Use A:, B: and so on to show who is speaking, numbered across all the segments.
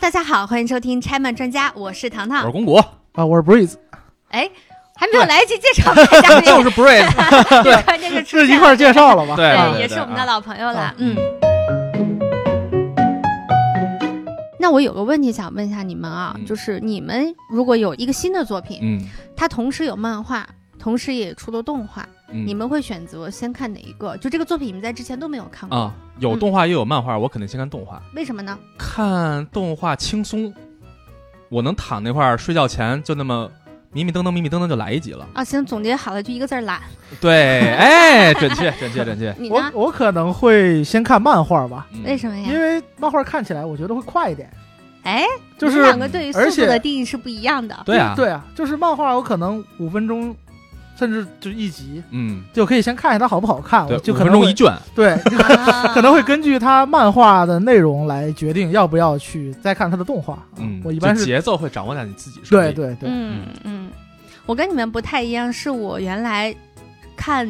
A: 大家好，欢迎收听拆漫专家，我是糖
B: 我是
A: 糖。
B: 公谷，
C: 啊，我是 Breeze，
A: 哎，还没有来得及介绍大家，
B: 就是 Brace，
A: 突然间就出
C: 是一
A: 现
C: 块
A: 了
C: 儿介绍了 吧？
B: 对
A: 也是我们的老朋友了
C: 啊。
A: 嗯，那我有个问题想问一下你们啊，
B: 嗯
A: 就是你们如果有一个新的作品，
B: 嗯
A: 它同时有漫画，同时也出了动画，
B: 嗯，
A: 你们会选择先看哪一个？就这个作品，你们在之前都没有看过，
B: 啊，
A: 嗯
B: 有动画也有漫画，我肯定先看动画，
A: 为什么呢？
B: 看动画轻松，我能躺那块儿睡觉前就那么。迷迷瞪瞪，迷迷瞪瞪就来一集了。
A: 啊，行，总结好了，就一个字儿懒。
B: 对，哎，准确，准确，准确。
A: 你
C: 我嗯
A: 呢？
C: 我可能会先看漫画吧，
B: 嗯
A: 为什么
C: 因
A: 呀？
C: 为漫画看起来我觉得会快一点，
A: 哎，
C: 就
A: 你们
C: 是
A: 两个对于速
C: 而
A: 度
C: 且
A: 的定义是不一样的。
B: 对啊，
C: 对啊，就是漫画我可能五分钟，甚至就一集
B: 嗯，
C: 就可以先看一下它好不好看，
B: 对
C: 啊我，就
B: 五
C: 可
B: 分
C: 能
B: 钟
C: 会
B: 一卷，
C: 对，
A: 啊
C: 可能会根据它漫画的内容来决定要不要去再看它的动画。啊
B: 嗯，
C: 我一般
B: 就是节奏会掌握在你自己手
C: 对
B: 里。
C: 对对，
A: 嗯嗯，我跟你们不太一样，是我原来看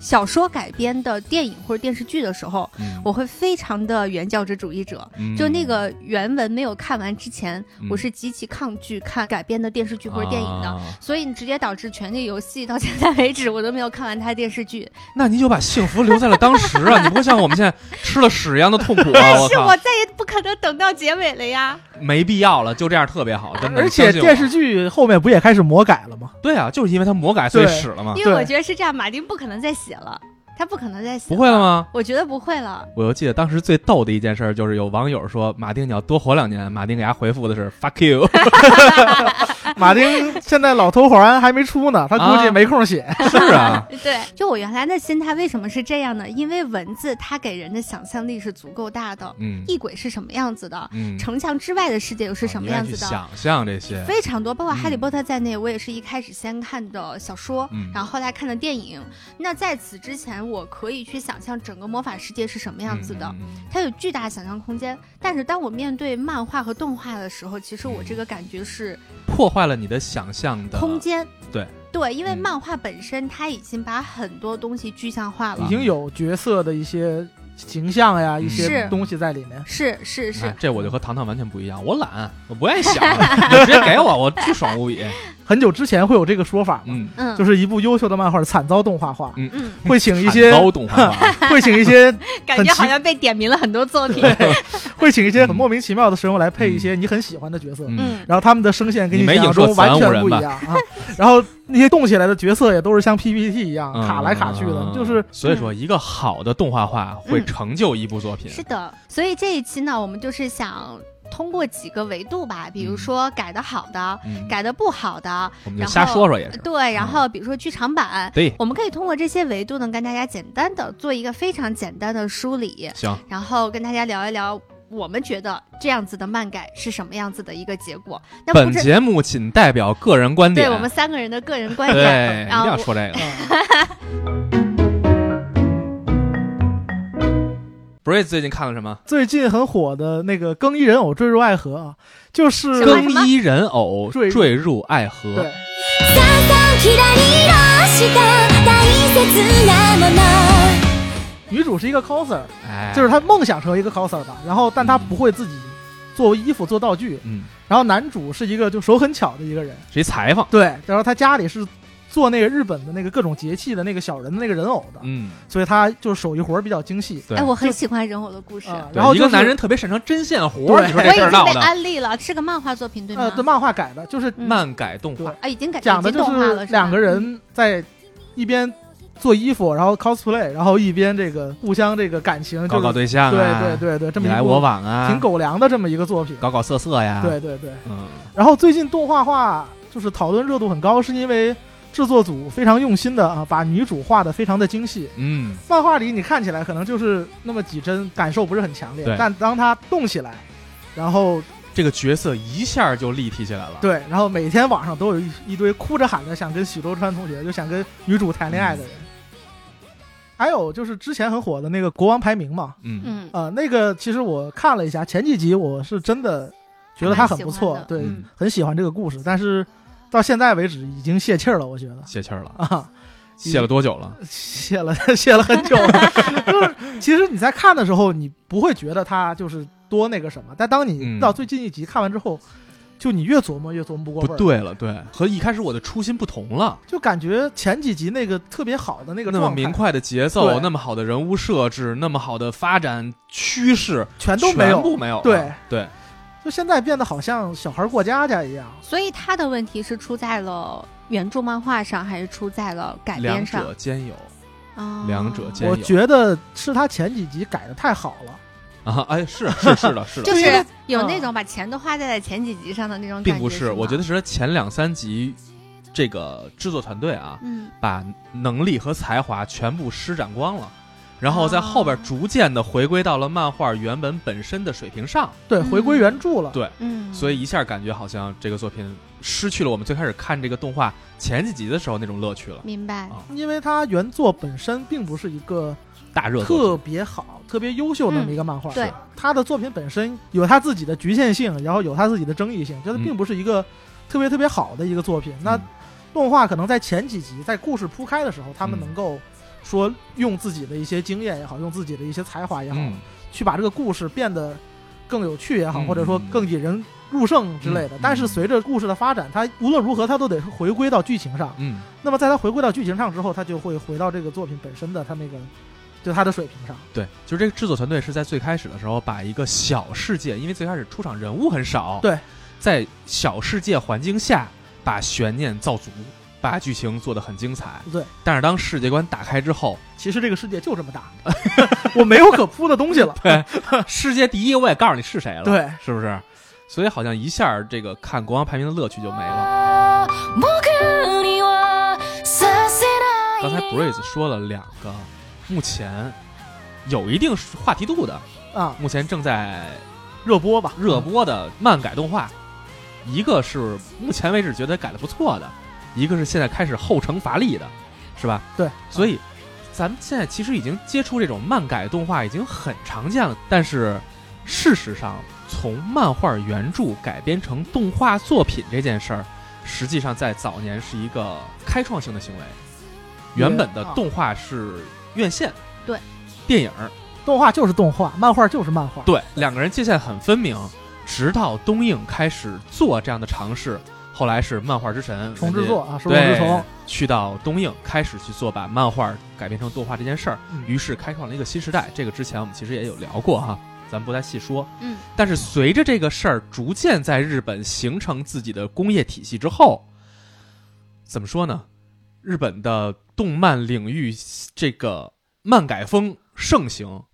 A: 小说改编的电影或者电视剧的时候，
B: 嗯，
A: 我会非常的原教旨主义者。
B: 嗯
A: 就那个原文没有看完之前，
B: 嗯
A: 我是极其抗拒看改编的电视剧或者电影的。
B: 啊
A: 所以你直接导致《权力游戏》到现在为止，我都没有看完它的电视剧，
B: 那你就把幸福留在了当时 啊！你不会像我们现在吃了屎一样的痛苦啊！
A: 但
B: 我
A: 是
B: 操
A: 我再也不可能等到结尾了呀。
B: 没必要了，就这样特别好，真的。
C: 而
B: 你嗯相
C: 且
B: 信我
C: 电视剧后面不也开始魔改了吗？
B: 对啊，就是因为它魔改所以
C: 对
B: 屎了嘛，
A: 因为我
C: 对
A: 觉得是这样，马丁不可能再写了，他不可能再写。
B: 不会了？吗？
A: 我觉得不会了。
B: 我又记得当时最逗的一件事儿，就是有网友说马丁你要多活两年，马丁给他回复的是 fuck you，
A: 啊
C: 马丁现在老头环还没出呢，他估计
B: 啊
C: 没空写。
B: 是啊，
A: 对，就我原来的心态为什么是这样呢？因为文字它给人的想象力是足够大的，
B: 嗯
A: 异轨是什么样子的，
B: 嗯，
A: 城墙之外的世界又是什么样子
B: 你愿意去
A: 的，
B: 想象这些，
A: 非常多，包括《哈利
B: 嗯
A: 波特》在内，我也是一开始先看的小说，
B: 嗯
A: 然后后来看的电影。那在此之前，我可以去想象整个魔法世界是什么样子的。
B: 嗯，嗯
A: 它有巨大想象空间，但是当我面对漫画和动画的时候，其实我这个感觉是
B: 嗯破坏了你的想象的
A: 空。间。
B: 对
A: 对，因为
B: 嗯
A: 漫画本身它已经把很多东西具象化了
C: 已。经有角色的一些形象呀，
B: 嗯
C: 一些
A: 是
C: 东西在里面。
A: 是是
B: 你
A: 是
B: 看，哎这我就和糖糖完全不一样，我懒，我不愿意想， 你直接给我，我巨爽无 比。
C: 很久之前会有这个说法嘛，
B: 嗯，
A: 嗯，
C: 就是是一部优秀的漫画惨遭动画化，
A: 嗯，
C: 会请一些
B: 惨遭动画化，
C: 会请一 些
A: 感
C: 很
A: 觉
C: 奇
A: 好像被点名了很多作品。
C: 会请一些很莫名其妙的声优来配一些你很喜欢的角色，
B: 嗯，
A: 嗯，
C: 然后他们的声线跟
B: 你没
C: 想象
B: 影射
C: 中
B: 此案
C: 完
B: 无
C: 全
B: 人
C: 不一
B: 吧
C: 样啊。然后那些动起来的角色也都是像 PPT 一样
B: 嗯
C: 卡来卡去的，就是
B: 所以说一个好的动画化会成就一部作品，
A: 嗯是的，所以这一期呢，我们就是想通过几个维度吧，比如说改的好的、
B: 嗯
A: 改的不好的，
B: 我们就瞎说说也是。
A: 对，然后比如说剧场版，
B: 对，
A: 我们可以通过这些维度呢，跟大家简单的做一个非常简单的梳理，
B: 行，
A: 然后跟大家聊一聊。我们觉得这样子的漫改是什么样子的一个结果？那不
B: 本
A: 知
B: 节目仅代表个人观点。
A: 对我们三个人的个人观
B: 对
A: 点，
B: 一
A: 然
B: 定
A: 后
B: 要
A: 我
B: 说这个。Breeze 最近看了什么？
C: 最近很火的那个《更衣人偶坠入爱河》啊，就是
A: 什么
B: 更衣人偶
C: 坠入
B: 坠入爱河
C: 对。。
D: キラリラした大切なもの
C: 女主是一个 coser，
B: 哎，
C: 就是她梦想成为一个 coser 吧，然后但她不会自己做衣服做道具，
B: 嗯，
C: 然后男主是一个就手很巧的一个人，
B: 是一裁缝。
C: 对，然后他家里是做那个日本的那个各种节气的那个小人的那个人偶的，
B: 嗯，
C: 所以他就是手艺活儿比较精细
B: 对
A: 哎，我很喜欢人偶的故事，
C: 啊。
B: 对
C: 然后
B: 一
C: 就
B: 个
C: 是
B: 男人特别擅长针线活，
C: 对
B: 你说
A: 我
B: 这
A: 已
B: 事儿
A: 经
B: 闹
A: 被
B: 的。
A: 安利了，是个漫画作品对吗
C: 呃，？对漫画改的，就是
A: 嗯
B: 漫改动画，
A: 啊，已经改
C: 讲的
A: 已经
C: 就
A: 动画了
C: 是
A: 是吧嗯
C: 两个人在一边做衣服，然后 cosplay，然后一边这个互相这个感情，
B: 搞
C: 就
B: 搞
C: 是
B: 对象啊，
C: 对对对对，这么
B: 你来
C: 一
B: 我
C: 部
B: 往啊，
C: 挺狗粮的这么一个作品。
B: 搞搞色色呀。，
C: 对对对，
B: 嗯，
C: 然后最近动画化就是讨论热度很高，是因为制作组非常用心的啊，把女主画的非常的精细，
B: 嗯，
C: 漫画里你看起来可能就是那么几帧，感受不是很强烈
B: 对。
C: 但当它动起来，然后
B: 这个角色一下就立体起来了。，
C: 对，然后每天网上都有一一堆哭着喊着想跟许多川同学，就想跟女主谈恋爱的人。还有就是之前很火的那个国王排名嘛，
B: 嗯，
A: 嗯，
C: 呃，那个其实我看了一下前几集，我是真的觉得它很不错
A: 还蛮喜欢的，
C: 对，
B: 嗯
C: 很喜欢这个故事，但是到现在为止已经泄气儿了，我觉得
B: 泄气儿了，
C: 啊，
B: 泄了多久了？
C: 写了写了很久了。就是其实你在看的时候，你不会觉得它就是多那个什么。但当你
B: 嗯
C: 到最近一集看完之后，就你越琢磨越琢磨不过
B: 不
C: 味儿，，
B: 对了，对，和一开始我的初心不同了。
C: 就感觉前几集那个特别好的那个
B: 那么
C: 状态
B: 明快的节奏，
C: 对
B: 那么好的人物设置，那么好的发展趋势，
C: 全都没
B: 全部
C: 有，
B: 没有了。
C: 对
B: 对，
C: 就现在变得好像小孩过家家一样。
A: 所以他的问题是出在了原著漫画上，还是出在了改
B: 两
A: 编上
B: 者？兼有
A: 啊
B: 两者兼
C: 我
B: 有
C: 觉得是他前几集改的太好了，
B: 啊！哎，是是是的，是 的，
A: 就是有那
C: 嗯
A: 种把钱都花在了前几集上的那种感觉，
B: 并不是。
A: 吗
B: 我觉得是前两三集，这个制作团队啊，
A: 嗯，
B: 把能力和才华全部施展光了，然后在
A: 哦
B: 后边逐渐的回归到了漫画原本本身的水平上，
C: 对，
A: 嗯
C: 回归原著了。
B: 对
A: 嗯，
B: 所以一下感觉好像这个作品失去了我们最开始看这个动画前几集的时候那种乐趣了。
A: 明白。
B: 啊
C: 因为它原作本身并不是一个
B: 大热作
C: 特
B: 品
C: 别好、特别优秀的那么一个漫画，
A: 嗯对
C: 他的作品本身有他自己的局限性，然后有他自己的争议性，就是
B: 嗯
C: 并不是一个特别特别好的一个作品。那
B: 嗯
C: 动画可能在前几集，在故事铺开的时候，他们
B: 嗯
C: 能够说用自己的一些经验也好，用自己的一些才华也好，
B: 嗯，
C: 去把这个故事变得更有趣也好，
B: 嗯
C: 或者说更引人入胜之类的。
B: 嗯
C: 但是随着故事的发展，它无论如何它都得回归到剧情上。
B: 嗯，
C: 那么在它回归到剧情上之后，它就会回到这个作品本身的它那个就它的水平上。
B: 对，就是这个制作团队是在最开始的时候把一个小世界，因为最开始出场人物很少，
C: 对，
B: 在小世界环境下把悬念造足，把剧情做得很精彩。
C: 对，
B: 但是当世界观打开之后，
C: 其实这个世界就这么大， 我没有可铺的东西了。
B: 世界第一我也告诉你是谁了，
C: 对，
B: 是不是？所以好像一下这个看国王排名的乐趣就没了。
D: 僕にはさせない
B: 刚才 Breeze 说了两个，目前有一定话题度的，
C: 啊，嗯
B: 目前正在
C: 热播吧，
B: 热播的漫改动画，一个是目前为止觉得改的不错的，一个是现在开始后程乏力的，是吧？
C: 对，
B: 所以咱们现在其实已经接触这种漫改动画已经很常见了，但是事实上，从漫画原著改编成动画作品这件事儿，实际上在早年是一个开创性的行为。原本的
C: 啊
B: 动画是院线，
A: 对，
B: 电影儿
C: 动画就是动画，漫画就是漫画。
B: 对，两个人界限很分明。直到东映开始做这样的尝试，后来是漫画之神
C: 重制作，啊，是
B: 人
C: 我
B: 家对
C: 之虫，，
B: 去到东映开始去做把漫画改编成动画这件事儿，
C: 嗯
B: 于是开创了一个新时代。这个之前我们其实也有聊过哈，咱们不再细说。
A: 嗯，
B: 但是随着这个事儿逐渐在日本形成自己的工业体系之后，怎么说呢？日本的动漫领域这个漫改风盛行，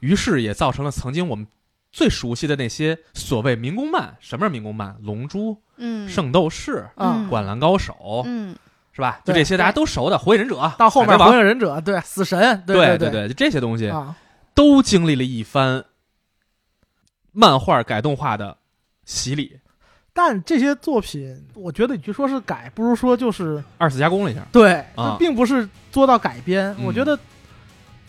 B: 于是也造成了曾经我们最熟悉的那些所谓民工漫，什么是民工漫？《龙珠》
A: 嗯，
B: 《圣斗士》
C: 啊
A: 嗯
B: 《灌篮高手》
A: 嗯，
B: 是吧？就
C: 对
B: 这些大家都熟的《火影忍者》，
C: 到后
B: 海
C: 面
B: 贼
C: 火
B: 王
C: 影忍者，对，死神，
B: 对
C: 对
B: 对，就这些东西
C: 啊，
B: 都经历了一番漫画改动画的洗礼，
C: 但这些作品，我觉得与其说是改，不如说就是
B: 二次加工了一下。
C: 对，
B: 啊
C: 它并不是做到改编，
B: 嗯
C: 我觉得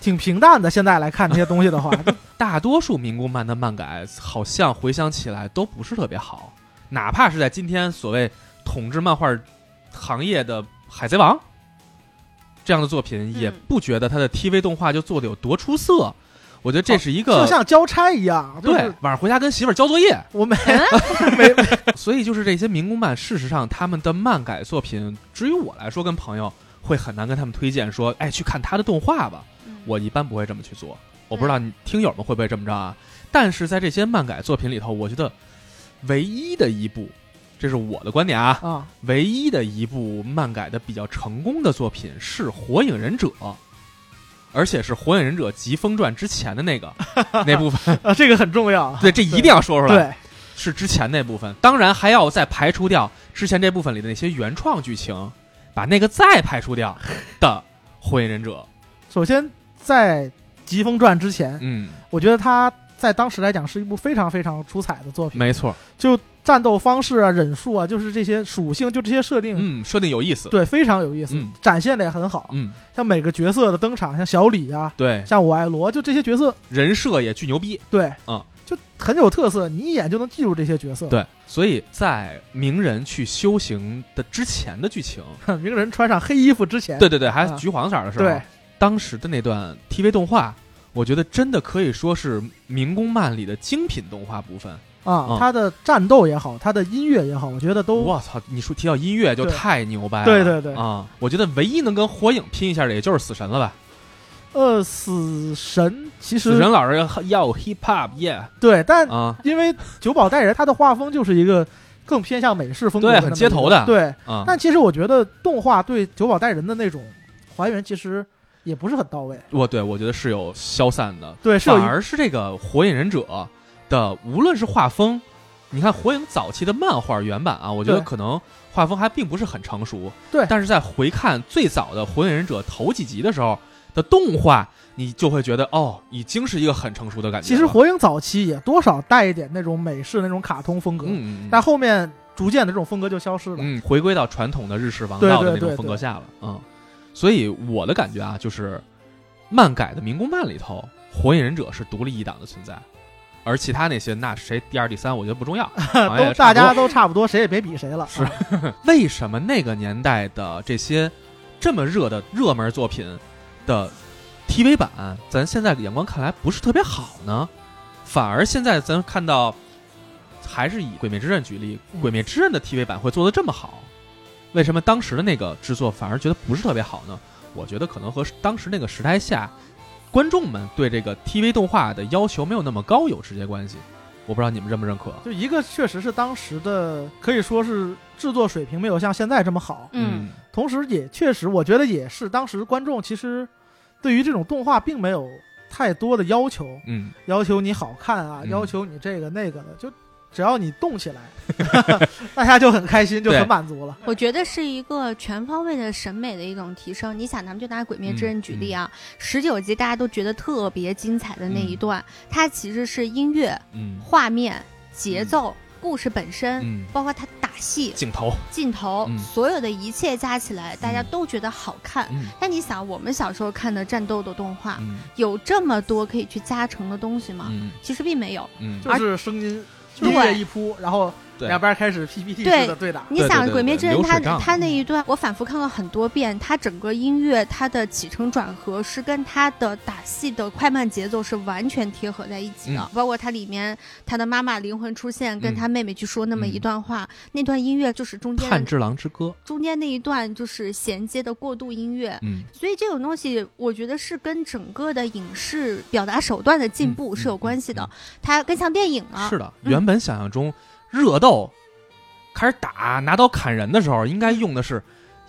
C: 挺平淡的。现在来看这些东西的话，就
B: 大多数民工漫的漫改，好像回想起来都不是特别好，哪怕是在今天所谓统治漫画行业的《海贼王》这样的作品，也
A: 嗯
B: 不觉得它的 TV 动画就做的有多出色。我觉得这是一个、
C: 哦就像交差一样，就
B: 对
C: 是
B: 晚上回家跟媳妇儿交作业，
C: 我没
B: 所以就是这些民工漫，事实上他们的漫改作品，至于我来说，跟朋友会很难跟他们推荐说，哎，去看他的动画吧。
A: 嗯
B: 我一般不会这么去做，我不知道你听友们会不会这么着啊？但是在这些漫改作品里头，我觉得唯一的一部，这是我的观点啊，
C: 啊，
B: 唯一的一部漫改的比较成功的作品是《火影忍者》，而且是《火影忍者疾风传》之前的那个那部分。
C: 啊这个很 重要。
B: 对，这一定要说出来。
C: 对，
B: 是之前那部分，当然还要再排除掉之前这部分里的那些原创剧情，把那个再排除掉的《火影忍者》。
C: 首先在《疾风传》之前，
B: 嗯，
C: 我觉得它在当时来讲是一部非常非常出彩的作品，
B: 没错，
C: 就战斗方式啊、忍术啊，就是这些属性，就这些设定，
B: 嗯，设定有意思。
C: 对，非常有意思，
B: 嗯
C: 展现的也很好。
B: 嗯，
C: 像每个角色的登场，像小李啊，
B: 对，
C: 像我爱罗，就这些角色，
B: 人设也巨牛逼。
C: 对，
B: 嗯，
C: 就很有特色，你一眼就能记住这些角色。，
B: 对，所以在鸣人去修行的之前的剧情，
C: 鸣人穿上黑衣服之前，
B: 对对对，还
C: 啊
B: 橘黄色的时候，
C: 对
B: 当时的那段 TV 动画我觉得真的可以说是民工漫里的精品动画部分。
C: 啊
B: 嗯，
C: 他的战斗也好，他的音乐也好，我觉得都
B: 我操！你说提到音乐就
C: 对
B: 太牛掰了，
C: 对对对
B: 啊！我觉得唯一能跟火影拼一下的，也就是死神了吧？
C: 呃，死神其
B: 死神
C: 实
B: 老师要要 hip hop yeah
C: 对，但
B: 啊
C: 因为久保带人他的画风就是一个更偏向美式风格
B: 对
C: 的那么
B: 很
C: 一个，
B: 街头的
C: 对。
B: 啊！
C: 但其实我觉得动画对久保带人的那种还原，其实也不是很到位。
B: 我对我觉得是有消散的，
C: 对，是有
B: 反
C: 一
B: 而是这个火影忍者的，无论是画风，你看火影早期的漫画原版啊，我觉得
C: 对
B: 可能画风还并不是很成熟，
C: 对
B: 但是在回看最早的火影忍者头几集的时候的动画，你就会觉得哦，已经是一个很成熟的感觉了。
C: 其实火影早期也多少带一点那种美式那种卡通风格，
B: 嗯嗯嗯
C: 但后面逐渐的这种风格就消失了。
B: 嗯，回归到传统的日式王道的那
C: 对对
B: 种
C: 对
B: 风格下了啊、嗯。所以我的感觉啊，就是漫改的民工漫里头，《火影忍者》是独立一档的存在，而其他那些那谁第二、第三，我觉得不重要， 好像
C: 都
B: 也哎差
C: 大
B: 不多
C: 家都差不多，谁也别比谁了。
B: 是
C: 啊
B: 为什么那个年代的这些这么热的热门作品的 TV 版，咱现在眼光看来不是特别好呢？反而现在咱看到，还是以《鬼灭之刃》举例，
C: 嗯
B: 《鬼灭之刃》的 TV 版会做得这么好，为什么当时的那个制作反而觉得不是特别好呢？我觉得可能和当时那个时代下观众们对这个 TV 动画的要求没有那么高有直接关系。我不知道你们认不认可？
C: 就一个确实是当时的可以说是制作水平没有像现在这么好，
A: 嗯，
C: 同时也确实我觉得也是当时观众其实对于这种动画并没有太多的要求，
B: 嗯，
C: 要求你好看啊，
B: 嗯
C: 要求你这个那个的，就只要你动起来， 大家就很开心，就
B: 对
C: 很满足了。
A: 我觉得是一个全方位的审美的一种提升。你想，咱们就拿《鬼灭之刃》举例
B: 嗯
A: 啊，十九、集大家都觉得特别精彩的那一段，它其实是音乐、
B: 嗯
A: 画面、节奏、故事本身，
B: 嗯，
A: 包括它打戏、
B: 镜头，
A: 镜头，
B: 嗯
A: 所有的一切加起来，大家都觉得好看。
B: 嗯。
A: 但你想，我们小时候看啊的战斗的动画，
B: 嗯
A: 有这么多可以去加成的东西吗？
B: 嗯
A: 其实并没有。
B: 嗯，
C: 就是声音
A: 对
C: 音乐一铺，然后
B: 对
C: 两边开始 PPT
A: 对
C: 式的对打。
A: 你
B: 对对
A: 想
B: 对
A: 《鬼灭
B: 对
A: 之刃
B: 流》水
A: 它
B: 账
A: 它那一段，我反复看过很多遍，它整个音乐它的起承转合是跟它的打戏的快慢节奏是完全贴合在一起的，
B: 嗯
A: 包括它里面他的妈妈灵魂出现，跟
B: 嗯
A: 他妹妹去说那么一段话，那段音乐就是中
B: 炭
A: 间
B: 治郎之歌，
A: 中间那一段就是衔接的过渡音乐。
B: 嗯，
A: 所以这种东西，我觉得是跟整个的影视表达手段的进步
B: 嗯
A: 是有
B: 嗯
A: 关系的，
B: 嗯
A: 它更像电影了。
B: 是的，
A: 嗯
B: 原本想象中热斗开始打拿刀砍人的时候，应该用的是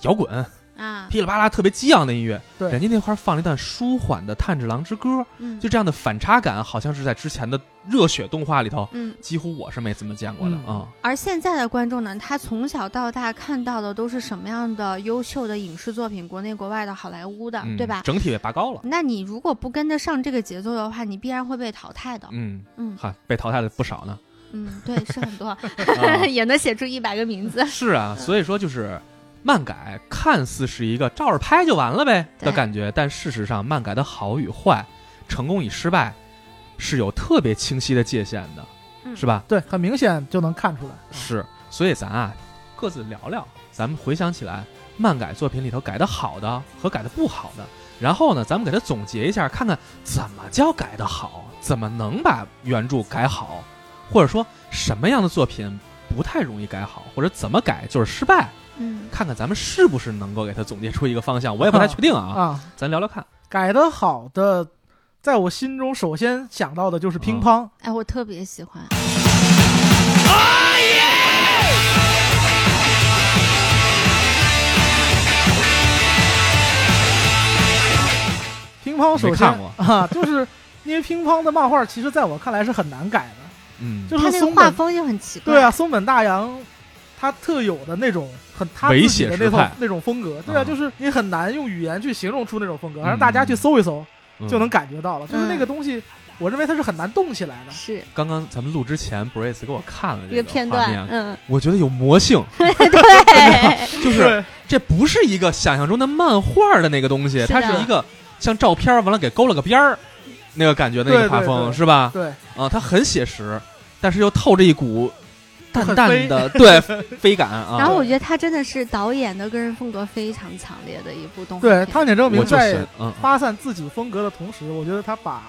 B: 摇滚，
A: 啊，
B: 噼里啪啦特别激昂的音乐，
C: 对
B: 人家那块儿放了一段舒缓的炭治郎之歌，
A: 嗯，
B: 就这样的反差感，好像是在之前的热血动画里头，
A: 嗯，
B: 几乎我是没怎么见过的
C: 嗯
B: 啊。
A: 而现在的观众呢，他从小到大看到的都是什么样的优秀的影视作品，国内国外的好莱坞的，
B: 嗯
A: 啊对吧？
B: 整体被拔高了，
A: 那你如果不跟得上这个节奏的话，你必然会被淘汰的。
B: 嗯，
A: 嗯
B: 哈，被淘汰的不少呢。
A: 嗯，对，是很多，
B: 啊
A: 也能写出一百个名 字。
B: 是啊，所以说就是漫改看似是一个照着拍就完了呗
A: 对
B: 的感觉，但事实上漫改的好与坏、成功与失败是有特别清晰的界限的，
A: 嗯
B: 是吧？
C: 对，很明显就能看出来。
B: 是，所以咱啊各自聊聊，咱们回想起来漫改作品里头改的好的和改的不好的。然后呢，咱们给它总结一下，看看怎么叫改的好，怎么能把原著改好，或者说什么样的作品不太容易改好，或者怎么改就是失败。
A: 嗯，
B: 看看咱们是不是能够给他总结出一个方向，我也不太确定啊。
C: 啊，
B: 咱聊聊看，
C: 改的好的，在我心中首先想到的就是乒乓。
B: 啊
A: 哎，我特别喜欢。
C: 乒乓首
B: 没
C: 先
B: 看过
C: 啊，就是因为乒乓的漫画，其实在我看来是很难改的，
B: 嗯，
C: 就
A: 他
C: 是
A: 那个
C: 松
A: 画
C: 本
A: 风就很奇怪。
C: 对啊，，松本大洋他特有的那种很他
B: 伪
C: 自己
B: 写
C: 的
B: 实
C: 那种
B: 派
C: 那种风格，对啊，
B: 嗯
C: 就是你很难用语言去形容出那种风格，
B: 嗯
C: 让大家去搜一搜
B: 嗯
C: 就能。感觉到了，就是那
A: 嗯
C: 个东西，我认为它是很难动起来的。
A: 是
B: 刚刚咱们录之前，Brace 给我看了这
A: 一个片
B: 画
A: 段
B: 面，啊
A: 嗯，
B: 我觉得有魔 性，
A: 对，
B: 就是
C: 对
B: 这不是一个想象中的漫画的那个东西，
A: 是的
B: 它是一个像照片完了给勾了个边儿那个感觉的一个
C: 对
B: 画
C: 对
B: 风
C: 对
B: 是吧？
C: 对，
B: 啊，它很写实，但是又透着一股淡
C: 很
B: 淡
C: 飞
B: 的 对飞感啊。
A: 然后我觉得他真的是导演的个人风格非常强烈的一部动画
C: 对
A: 片。
C: 汤浅证明
B: 我就
C: 在
B: 是嗯，
C: 发散自己风格的同时，我觉得他把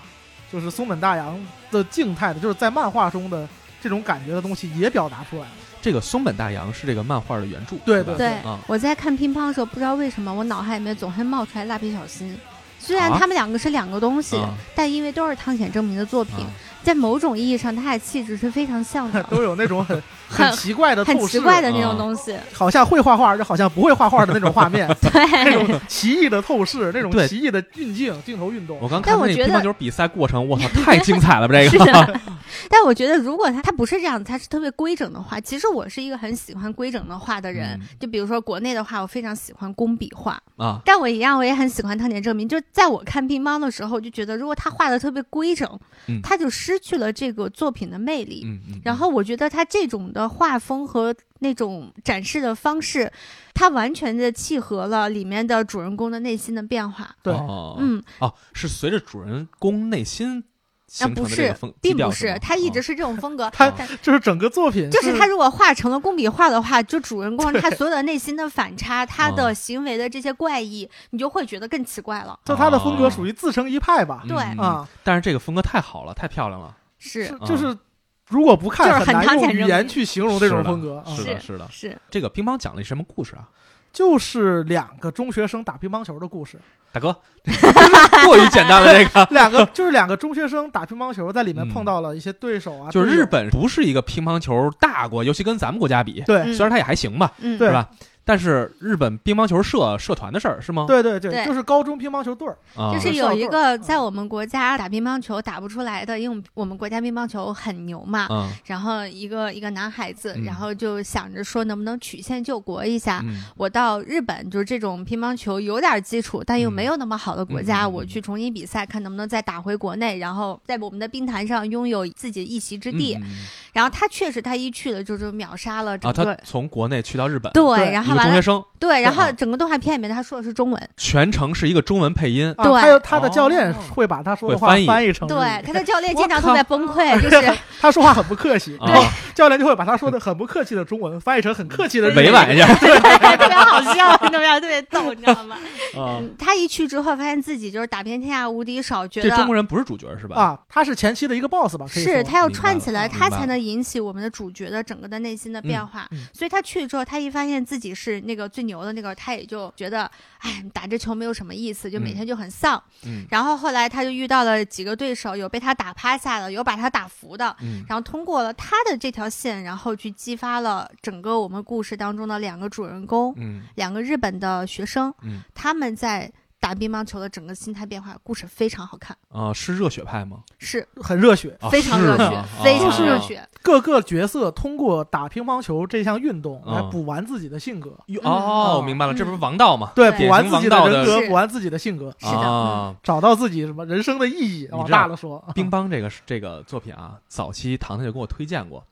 C: 就是松本大洋的静态的，就是在漫画中的这种感觉的东西也表达出来了。
B: 这个松本大洋是这个漫画的原著，
C: 对，
B: 是吧
A: 对
B: 啊，
A: 我在看乒乓的时候，不知道为什么我脑海里面总会冒出来蜡笔小新。虽然
B: 啊
A: 他们两个是两个东西，
B: 啊
A: 但因为都是汤浅证明的作品，
B: 啊
A: 在某种意义上，他俩气质是非常像 的
C: 都有那种很
A: 很
C: 很奇怪的
A: 很
C: 透
A: 奇
C: 视，
A: 怪的那种
B: 啊
A: 东 西。
C: 好像会画画又好像不会画画的那种画面，那
A: 对，
C: 种 奇异的透视，那种
B: 对哦
C: 奇异的运镜、镜头运动
B: 我。刚
A: 但
B: 看
A: 我
B: 那个
A: 觉
B: 乒
A: 得
B: 乓球比赛过程，我操，太精彩了吧！这
A: 是
B: 个
A: 的。但我觉得，如果他他不是这样，他是特别规整的画。其实我是一个很喜欢规整的画的人，
B: 嗯
A: 就比如说国内的话，我非常喜欢工笔画。
B: 啊，
A: 但我一样，我也很喜欢汤浅证明。就是在我看乒乓的时候，我就觉得如果他画的特别规整，
B: 嗯
A: 他就失去了这个作品的魅力。
B: 嗯嗯，
A: 然后我觉得他这种的画风和那种展示的方式，他完全的契合了里面的主人公的内心的变化。
C: 对，
B: 哦
A: 嗯，
B: 哦，是随着主人公内心
A: 啊
B: 形成
A: 不
B: 的这个
A: 是
B: 风，，
A: 并
B: 基调
A: 不
B: 是吗
A: 是，他一直
B: 哦嗯
A: 是这种风格。
C: 他
A: 但
C: 就是整个作品
A: 就是他如果画成了工笔画的话，就主人公
C: 对
A: 他所有的内心的反 差，他的
B: 哦
A: 行为的这些怪异，你就会觉得更奇怪了。
C: 就他的风格属
B: 于
C: 于自成一派吧。
A: 哦对
C: 啊，
B: 嗯但是这个风格太好了，太漂亮了，
A: 是
C: 是
B: 嗯
C: 就是，如果不
A: 就
C: 看
A: 是很
C: 难
A: 唐
C: 用
A: 显
C: 语
A: 正
C: 言
A: 明
C: 去形容这种
B: 是的
C: 风格啊，
B: 是的，
A: 是
B: 是的。
A: 是，
B: 这个乒乓讲的是什么故事啊？
C: 就是两个中学生打乒乓球的故事，
B: 大哥， 过于简单了，这 个
C: 两个就是两个中学生打乒乓球，在里面
B: 嗯
C: 碰到了一些对手啊，
B: 就是
C: 队友
B: 日本不是一个乒乓球大国，尤其跟咱们国家比，
C: 对
A: 嗯
B: 虽然它也还行吧，
A: 嗯，
C: 对
B: 是吧？但是日本乒乓球社社团的事儿是吗？
C: 对对对，
A: 对
C: 就是高中乒乓球队儿，
B: 啊，
A: 就是
C: 校
A: 有
C: 队
A: 一
C: 儿
A: 个
C: 嗯
A: 在我们国家打乒乓球打不出来的，因为我们我们国家乒乓球很牛嘛。
B: 嗯
A: 然后一个一个男孩子，
B: 嗯
A: 然后就想着说能不能曲线救国一下。
B: 嗯
A: 我到日本就是这种乒乓球有点基础，但又没有那么好的国家，
B: 嗯嗯
A: 我去重新比赛，看能不能再打回国内，然后在我们的冰坛上拥有自己一席之地。
B: 嗯嗯
A: 然后他确实他一去了就是秒杀了整
B: 啊，
A: 个。
B: 他从国内去到日本，
A: 对，然
B: 一
A: 后
B: 个
A: 完
B: 中学
A: 了，
B: 生，
A: 对，然后
B: 啊
A: 整个动画片里面他说的是中文，
B: 全程是一个中文配音，
C: 啊
A: 对
C: 还有他的教练
B: 哦
C: 会把他说的
B: 会
C: 话
B: 翻译
C: 翻译成日
A: 对
C: 语，
A: 他的教练
C: 我
A: 经常特别崩溃，就是
C: 他说话很不客气，
B: 啊
C: 然后教练就会把他说的很不客气的中文翻译成很客气的日语
B: 委婉一下
A: 特别好笑，你知道吗？特别逗，你知 道吗？
B: 啊。
A: 嗯他一去之后，发现自己就是打遍天下无敌手，觉
B: 这中
A: 得
B: 国人不是主角是吧？
C: 啊，他是前期的一个 boss 吧，可以
A: 是
C: 说
A: 他要
B: 明白
A: 串
B: 了嗯
A: 起来，
B: 明
A: 他
B: 白
A: 才
B: 了
A: 能引起我们的主角的整个的内心的变化
C: 嗯嗯。
A: 所以他去之后，他一发现自己是那个最牛的那个，他也就觉得，哎，打这球没有什么意思，就每
B: 嗯
A: 天就很丧。
B: 嗯
A: 然后后来他就遇到了几个对手，有被他打趴下的，有把他打服的。
B: 嗯
A: 然后通过了他的这条线，然后去激发了整个我们故事当中的两个主人公，
B: 嗯
A: 两个日本的学生，
B: 嗯
A: 他们在打乒乓球的整个心态变化，故事非常好看，
B: 啊，是热血派吗？
A: 是
C: 很热血，
B: 啊
A: 非常热
B: 是
A: 血，
B: 吗
A: 非
B: 啊
A: 常热血。
C: 各个角色通过打乒乓球这项运动来
B: 嗯
C: 补完自己的性格，
B: 哟
A: 嗯
B: 哦，
C: 嗯
B: 明白了，这不是
A: 嗯
B: 王道吗？
C: 对，
A: 对
C: 补完自己的
B: 典型王
C: 人
A: 道
C: 格
A: 的，
C: 补完自己的性格，
A: 是的嗯
B: 啊，
C: 找到自己什么人生的意义，
B: 道嗯
C: 往大了说，
A: 啊
B: 乒乓这个是这个作品啊，早期糖糖就跟我推荐过，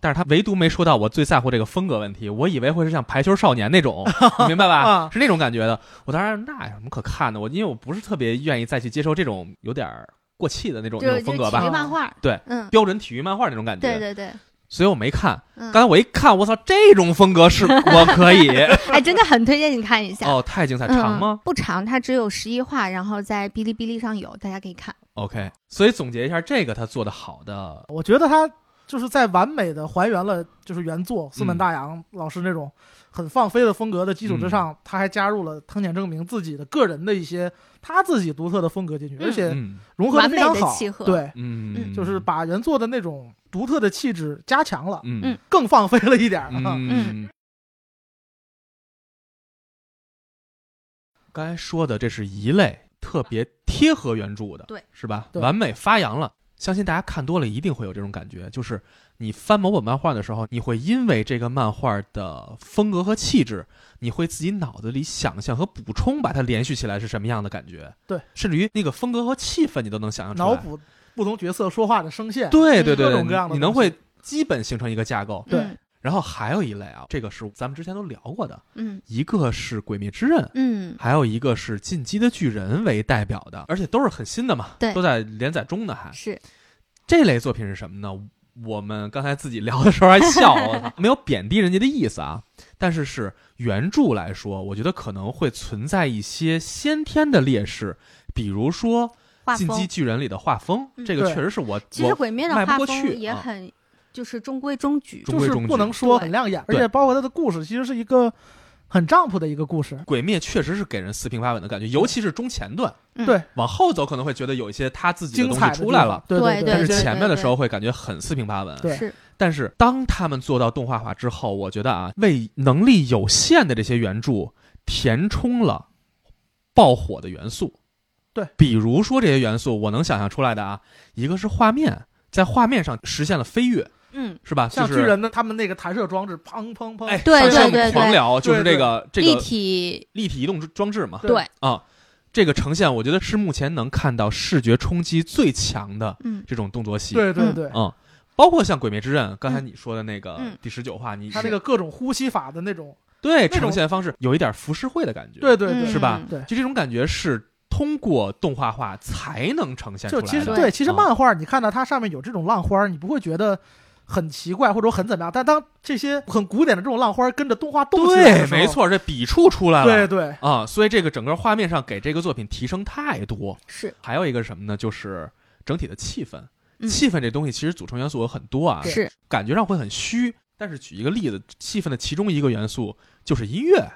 B: 但是他唯独没说到我最在乎这个风格问题，我以为会是像排球少年 那种，你明白吧
C: 啊？
B: 是那种感觉的。我当时那有什么可看的？我因为我不是特别愿意再去接受这种有点儿过气的那种
A: 就
B: 那
A: 是就
B: 种风
A: 是
B: 格
A: 体
B: 吧
A: 育，漫画，
B: 对，
A: 嗯，
B: 标准体育漫画那种感觉。
A: 对对对，
B: 所以我没看。
A: 嗯
B: 刚，才我一看，我操，这种风格是我可 以
A: 哎，真的很推荐你看一下。
B: 哦，太精彩，
A: 嗯
B: 长吗？
A: 不长，它只有十一话，然后在哔哩哔哩上有，大家可以看。
B: ？OK，所以总结一下，这个他做的好的，
C: 我觉得他就是在完美的还原了就是原作四本大洋老师那种很放飞的风格的基础之上，
B: 嗯
C: 他还加入了藤井证明自己的个人的一些他自己独特的风格进去，
A: 嗯
C: 而且
B: 嗯
C: 融合得非常
A: 完美
C: 好
A: 地契合，
C: 对，
B: 嗯，
C: 就是把原作的那种独特的气质加强了，
B: 嗯
A: 嗯
C: 更放飞了一点儿。啊
B: 嗯，刚才说的这是一类特别贴合原著的，
A: 对，
B: 是吧？
C: 对
B: 完美发扬了，相信大家看多了一定会有这种感觉，就是你翻某本漫画的时候，你会因为这个漫画的风格和气质，你会自己脑子里想象和补充，把它联系起来是什么样的感觉。
C: 对，
B: 甚至于那个风格和气氛，你都能想象出来。
C: 脑补不同角色说话的声线，
B: 嗯啊对对
A: 嗯
B: 对
C: 各
B: 对，
C: 种各样的
B: 你能
C: 东西
B: 会基本形成一个架构。
C: 对
A: 嗯
B: 然后还有一类啊，这个是咱们之前都聊过的，
A: 嗯
B: 一个是《鬼灭之刃》，
A: 嗯，
B: 还有一个是《进击的巨人》为代表的，而且都是很新的嘛，
A: 对
B: 都在连载中呢还。
A: 嗯是
B: 这类作品是什么呢？我们刚才自己聊的时候还笑，我操，没有贬低人家的意思啊。但是是原著来说，我觉得可能会存在一些先天的劣势，比如说
A: 画
B: 《进击
A: 风。
B: 巨人》里的画风，
A: 嗯
B: 这个
C: 对
B: 确实是我
A: 其实
B: 我
A: 毁灭的
B: 迈不
A: 画
B: 过去
A: 风也
B: 啊
A: 很，就是中规中矩。
B: 中
C: 就
B: 规
C: 是
B: 中
C: 不
B: 矩
C: 能说
A: 对
C: 很亮眼，而
B: 对
C: 且包括它的故事其实是一个很丈夫的一个故事。
B: 鬼灭确实是给人四平八稳的感觉，尤其是中前段，
A: 嗯
C: 对，
B: 往后走可能会觉得有一些他自己的
C: 精
B: 东
C: 彩
B: 西
C: 的
B: 出来了，
C: 地方，对
A: 对
B: 但是
A: 对
B: 前面的时候会感觉很四平八稳。
C: 对
A: 是
B: 但是当他们做到动画化之后，我觉得啊，为能力有限的这些原著填充了爆火的元素。
C: 对，
B: 比如说这些元素，我能想象出来的啊，一个是画面，在画面上实现了飞跃，
A: 嗯，
B: 是吧？
C: 像
B: 就
C: 巨
B: 是，
C: 人的他们那个弹射装置，砰砰砰，
B: 哎，
A: 对
B: 上
A: 对
B: 上
A: 对
B: 狂
A: 对
B: 聊就是
C: 对
B: 这个这
A: 立
B: 个
A: 体
B: 立体移动装置嘛，
C: 对
A: 对，
B: 啊，这个呈现我觉得是目前能看到视觉冲击最强的
A: 嗯，
B: 这种动作戏。，
C: 对对
A: 嗯
C: 对，
B: 嗯，包括像《鬼灭之刃》，刚才你说的那个
A: 嗯
B: 第十九话，你
C: 他那个各种呼吸法的那种，
B: 对
C: 种
B: 呈现方式有一点浮世绘的感觉。
C: 对，对对，
B: 是吧
A: 嗯？
C: 对
B: 就这种感觉是通过动画化才能呈现出
C: 就
B: 来的。
C: 其实
A: 对
C: 对，其实
B: 嗯
C: 漫画你看到它上面有这种浪花，你不会觉得很奇怪或者很怎么样。但当这些很古典的这种浪花跟着动画动起来
B: 对
C: 的，时候
B: 没，错，这笔触出来
C: 对
B: 了。
C: 对，
B: 啊、所以这个整个画面上给这个作品提升太多。
A: 是
B: 还有一个是什么呢？就是整体的气氛。
A: 嗯
B: 气氛这东西其实组成元素有很多啊，
A: 是，
B: 感觉上会很虚。但是举一个例子，气氛的其中一个元素就是音乐。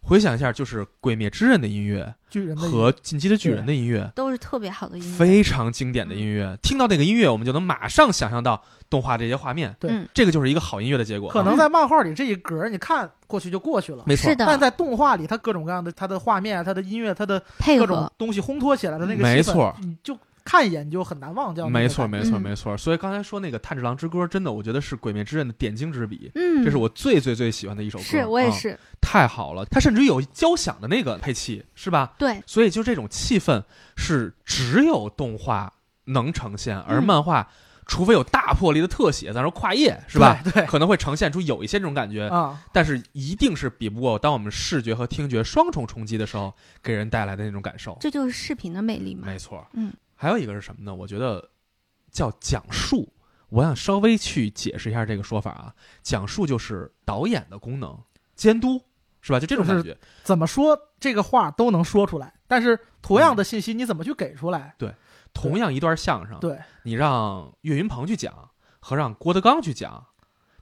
B: 回想一下，就是《鬼灭之刃》的音乐
C: 巨人的一
B: 和《进击的巨人》的音乐，
A: 都是特别好的音乐。
B: 非常经典的音乐。
C: 嗯
B: 听到那个音乐，我们就能马上想象到动画这些画面。
C: 对
A: 嗯
B: 这个就是一个好音乐的结果。
C: 可能
B: 啊
C: 在漫画里这一格你看过去就过去了。
B: 没错
A: 是，
C: 但
A: 的，
C: 在动画里，它各种各样的，它的画面啊，它的音乐，它的
A: 配
C: 各
A: 合
C: 种东西烘托起来的那个，
B: 没，错，
C: 你就看一眼你就很难忘掉那个感觉。
B: 没错，没错，
A: 嗯
B: 没错。所以刚才说那个《炭治郎之歌》，真的，我觉得是《鬼灭之刃》的点睛之笔。
A: 嗯，
B: 这是我最最最喜欢的一首歌，
A: 是我也
B: 啊
A: 是，
B: 太好了。它甚至于有交响的那个配器，是吧？
A: 对，
B: 所以就这种气氛是只有动画能呈现，而
A: 嗯
B: 漫画除非有大魄力的特写，咱说跨页是吧？
C: 对？对
B: 可能会呈现出有一些这种感觉，
C: 啊，
B: 但是一定是比不过当我们视觉和听觉双重冲击的时候给人带来的那种感受。
A: 这就是视频的魅力嘛。
B: 没错，
A: 嗯，
B: 还有一个是什么呢？我觉得叫讲述。我想稍微去解释一下这个说法啊，讲述就是导演的功能，监督是吧？就这种感觉，
C: 怎么说这个话都能说出来，但是同样的信息你怎么去给出来？
B: 同样一段相声，
C: 对，
B: 你让岳云鹏去讲和让郭德纲去讲，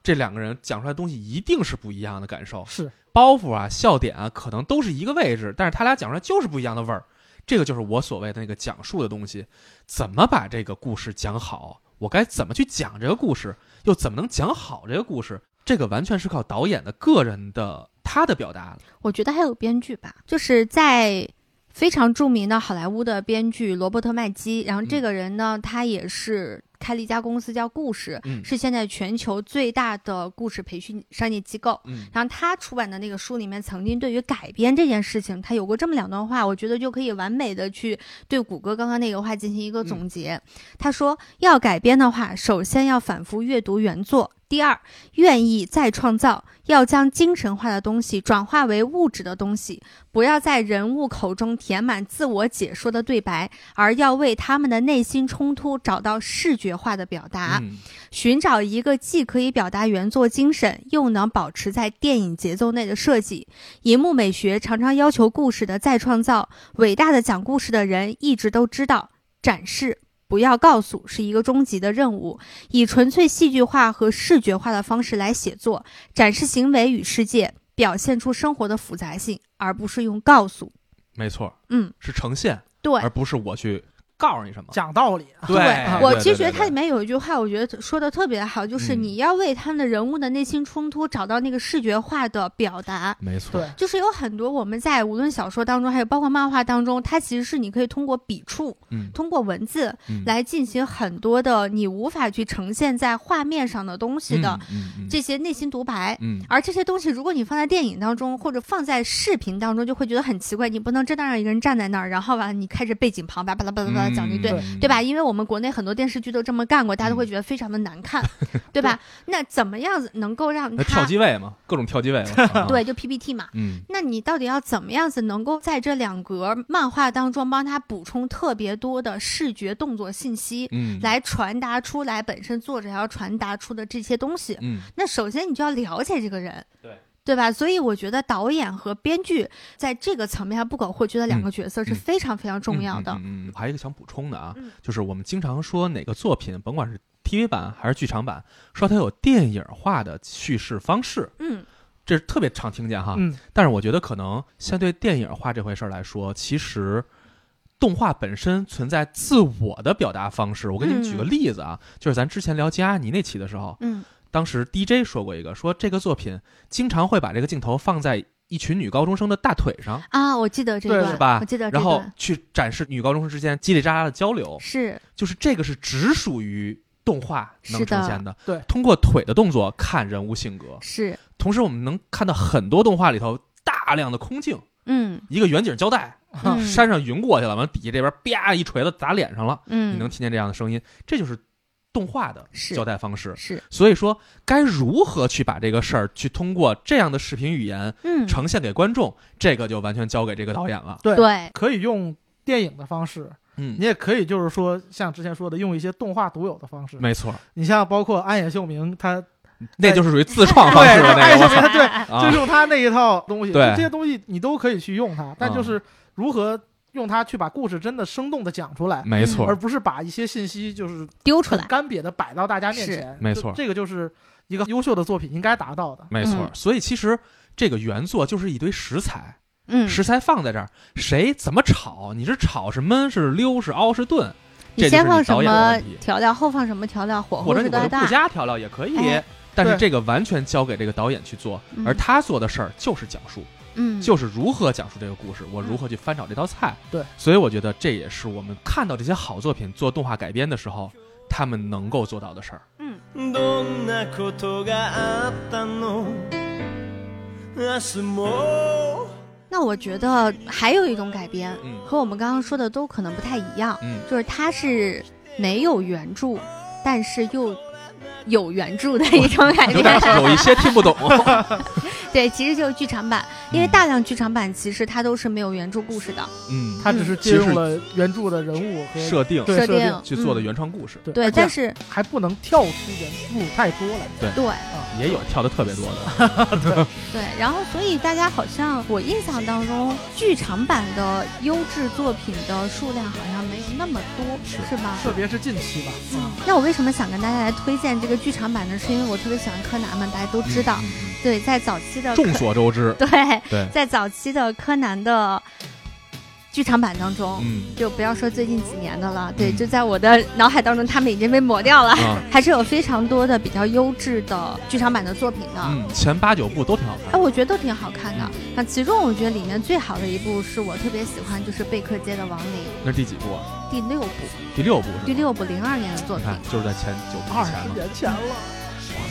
B: 这两个人讲出来的东西一定是不一样的感受，
C: 是
B: 包袱啊、笑点啊，可能都是一个位置，但是他俩讲出来就是不一样的味儿。这个就是我所谓的那个讲述的东西，怎么把这个故事讲好，我该怎么去讲这个故事，又怎么能讲好这个故事，这个完全是靠导演的个人的他的表达。
A: 我觉得还有编剧吧，就是在非常著名的好莱坞的编剧罗伯特麦基，然后这
B: 嗯
A: 个人呢，他也是开了一家公司叫故事，
B: 嗯
A: 是现在全球最大的故事培训商业机构。
B: 嗯，
A: 然后他出版的那个书里面，曾经对于改编这件事情，他有过这么两段话，我觉得就可以完美的去对谷歌刚刚那个话进行一个总结。他说，要改编的话，首先要反复阅读原作；第二，愿意再创造，要将精神化的东西转化为物质的东西，不要在人物口中填满自我解说的对白，而要为他们的内心冲突找到视觉化的表达。
B: 嗯
A: 寻找一个既可以表达原作精神，又能保持在电影节奏内的设计。银幕美学常常要求故事的再创造。伟大的讲故事的人一直都知道，展示不要告诉是一个终极的任务。以纯粹戏剧化和视觉化的方式来写作，展示行为与世界，表现出生活的复杂性，而不是用告诉。
B: 没错，
A: 嗯，
B: 是呈现，
A: 对
B: 而。不是我去告诉你什么。
C: 讲道理，啊
B: 对啊
C: 对
A: 我
B: 对
A: 其实
B: 对
A: 觉得
B: 对
A: 它里面有一句话，我觉得说的特别好，就是
B: 嗯
A: 你要为他们的人物的内心冲突找到那个视觉化的表达。
B: 没错，
C: 对
A: 就是有很多我们在无论小说当中，还有包括漫画当中，它其实是你可以通过笔触、
B: 嗯，
A: 通过文字
B: 嗯
A: 来进行很多的你无法去呈现在画面上的东西的，
B: 嗯，嗯嗯
A: 这些内心独白。
B: 嗯，
A: 而这些东西，如果你放在电影当中，或者放啊在视频当中，就会觉得很奇怪。你不能真的让一个人站在那儿，然后吧，你开始背景旁白，巴拉巴拉巴拉的奖励，对
B: 嗯
A: 对吧？因为我们国内很多电视剧都这么干过，大家都会觉得非常的难 看，对吧？那怎么样子能够让
B: 那跳
A: 他
B: 机位嘛，各种跳机位 嘛。啊
A: 对，就 PPT 嘛？
B: 嗯，
A: 那你到底要怎么样子能够在这两格漫画当中帮他补充特别多的视觉动作信息，
B: 嗯，
A: 来传达出来本身作者要传达出的这些东西？
B: 嗯，
A: 那首先你就要了解这个人，
B: 对
A: 对吧？所以我觉得导演和编剧在这个层面上不可或缺的两个角色是
B: 嗯
A: 非常非常重要的。
B: 嗯嗯嗯嗯还有一个想补充的啊，
A: 嗯
B: 就是我们经常说哪个作品，甭管是 TV 版还是剧场版，说它有电影化的叙事方式，
A: 嗯
B: 这是特别常听见哈。
C: 嗯，
B: 但是我觉得可能相对电影化这回事儿来说，其实动画本身存在自我的表达方式。我给你们举个
A: 嗯
B: 例子啊，就是咱之前聊吉阿尼那期的时候，
A: 嗯
B: 当时 DJ 说过一个，说这个作品经常会把这个镜头放在一群女高中生的大腿上，
A: 啊，我记得这
C: 对
A: 段，
B: 是吧
A: 我记得这
B: 然后
A: 段
B: 去展示女高中生之间叽里喳喳的交流，
A: 是
B: 就是这个是只属于动画能
A: 是的
B: 呈现的。
C: 对
B: 通过腿的动作看人物性格，
A: 是，
B: 同时我们能看到很多动画里头大量的空镜，
A: 嗯
B: 一个远景交代，
A: 嗯
B: 山上云过去了，完了底下这边啪一锤子砸脸上了，
A: 嗯，
B: 你能听见这样的声音，这就是动画的交代方式。
A: 是
B: 所以说，该如何去把这个事儿去通过这样的视频语言
A: 嗯
B: 呈现给观众，这个就完全交给这个导演了。
C: 对，
A: 对
C: 可以用电影的方式，
B: 嗯
C: 你，也可以就是说像之前说的，用一些动画独有的方式。
B: 没错，
C: 你像包括安野秀明，他
B: 那就是属于自创方式
C: 对
B: 了。
C: 安野
B: 那个
C: 秀
B: 我操
C: 明，他对，
B: 啊
C: 就是用他那一套东西，
B: 对啊
C: 就这些东西你都可以去用它，但就是如何用它去把故事真的生动的讲出来，
B: 嗯没错
C: 而，不是把一些信息就是
A: 丢出
C: 很
A: 来，
C: 干瘪的摆到大家面
A: 是
C: 前。
B: 没
C: 就
B: 错
C: 这个就是一个优秀的作品应该达到的。
B: 没错。
A: 嗯
B: 所以其实这个原作就是一堆食材，
A: 嗯，
B: 食材放在这儿，谁怎么炒，你是炒是焖是溜是熬是炖，
A: 你
B: 这就
A: 先
B: 是
A: 放
B: 你
A: 什
B: 导演的
A: 么
B: 问题。
A: 调料，后放什么调料，火
B: 或
A: 候
B: 者
A: 是
B: 你我
A: 多
B: 就不
A: 大？
B: 加调料也可以，
A: 哎
B: 但是
C: 对
B: 这个完全交给这个导演去做，
A: 嗯
B: 而他做的事儿就是讲述，
A: 嗯，
B: 就是如何讲述这个故事，我如何去翻炒这道菜。
C: 对，
B: 所以我觉得这也是我们看到这些好作品做动画改编的时候，他们能够做到的事儿。
A: 嗯
E: どんなことがあったの明日も
A: 那我觉得还有一种改编，
B: 嗯
A: 和我们刚刚说的都可能不太一样，
B: 嗯，
A: 就是它是没有原著，但是又有原著的一种改
B: 有点
A: 编。
B: 有一些听不懂。
A: 对，其实就是剧场版，因为
B: 嗯
A: 大量剧场版其实它都是没有原著故事的
B: 嗯，
C: 他只是借
B: 其实
C: 用了原著的人物和
B: 设定
C: 对设定
A: 定
B: 去做的
A: 嗯
B: 原创故事，
C: 对
A: 对，
C: 而且
A: 但是
C: 还不能跳出原著太多来。
A: 对嗯
B: 也有跳的特别多的。
A: 对，然后所以大家好像我印象当中，剧场版的优质作品的数量好像没有那么多，
B: 是
A: 是吧？嗯
C: 特别是近期吧，
A: 那我为什么想跟大家来推荐这个剧场版呢？是因为我特别喜欢柯南嘛，大家都知道。
B: 嗯，嗯
A: 对，在早期的
B: 嗯
A: 柯。
B: 众所周知
A: 对
B: 对
A: 在早期的柯南的剧场版当中，
B: 嗯
A: 就不要说最近几年的了，对，
B: 嗯
A: 就在我的脑海当中，他们已经被抹掉了。
B: 啊，
A: 还是有非常多的比较优质的剧场版的作品的，
B: 嗯，前八九部都挺好
A: 哎，
B: 看。
A: 我觉得都挺好看的。那其中我觉得里面最好的一部是我特别喜欢，就是《贝克街的亡灵
B: 那是第几部啊？》
A: 第六部，
B: 第六部是吧？
A: 第六部零二年的作
B: 你
A: 品，
B: 看，就是在前九部
C: 二
B: 之前
C: 十
B: 了，
C: 年前了。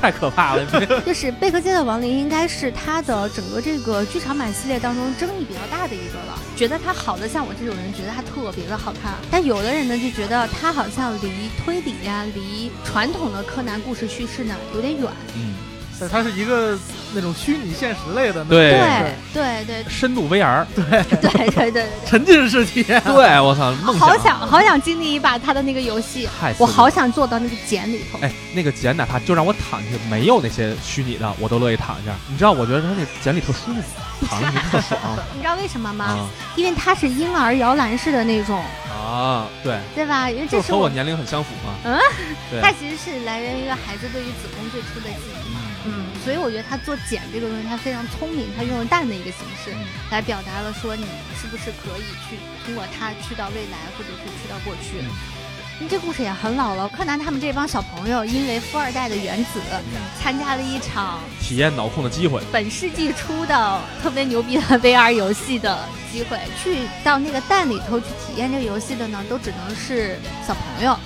B: 太可怕了。
A: 就是《贝克街的亡灵》应该是它的整个这个剧场版系列当中争议比较大的一个了。觉得它好的，像我这种人觉得它特别的好看，但有的人呢就觉得它好像离推理呀、离传统的柯南故事叙事呢有点远。
B: 嗯，
C: 对，它是一个那种虚拟现实类的，，
B: 对
A: 对对对
B: 深度 VR，
A: 对对对对
C: 沉浸式体验。
B: 对我操，梦
A: 对，好想好想经历一把它的那个游戏。
B: 太刺激
A: 我
B: 了
A: 好想坐到那个茧里头。
B: 哎，那个茧哪怕就让我躺下，没有那些虚拟的，我都乐意躺一下。你知道，我觉得它那茧里特舒服，躺着你特爽
A: 你知道为什么吗？
B: 啊
A: 因为它是婴儿摇篮式的那种，
B: 啊！对，
A: 对吧？因为这
B: 就是和我
A: 我，
B: 年龄很相符嘛。
A: 嗯，
B: 对
A: 它，其实是来源于孩子对于子宫最初的记忆。嗯，所以我觉得他做茧这个东西，他非常聪明，他用了蛋的一个形式
B: 嗯
A: 来表达了说你是不是可以去通过它去到未来，或者是去到过去
B: 嗯。
A: 那这故事也很老了，柯南他们这帮小朋友因为富二代的原子
B: 嗯
A: 参加了一场
B: 体验脑控的机会。
A: 本世纪初的特别牛逼的 VR 游戏的机会，去到那个蛋里头去体验这个游戏的呢，都只能是小朋友。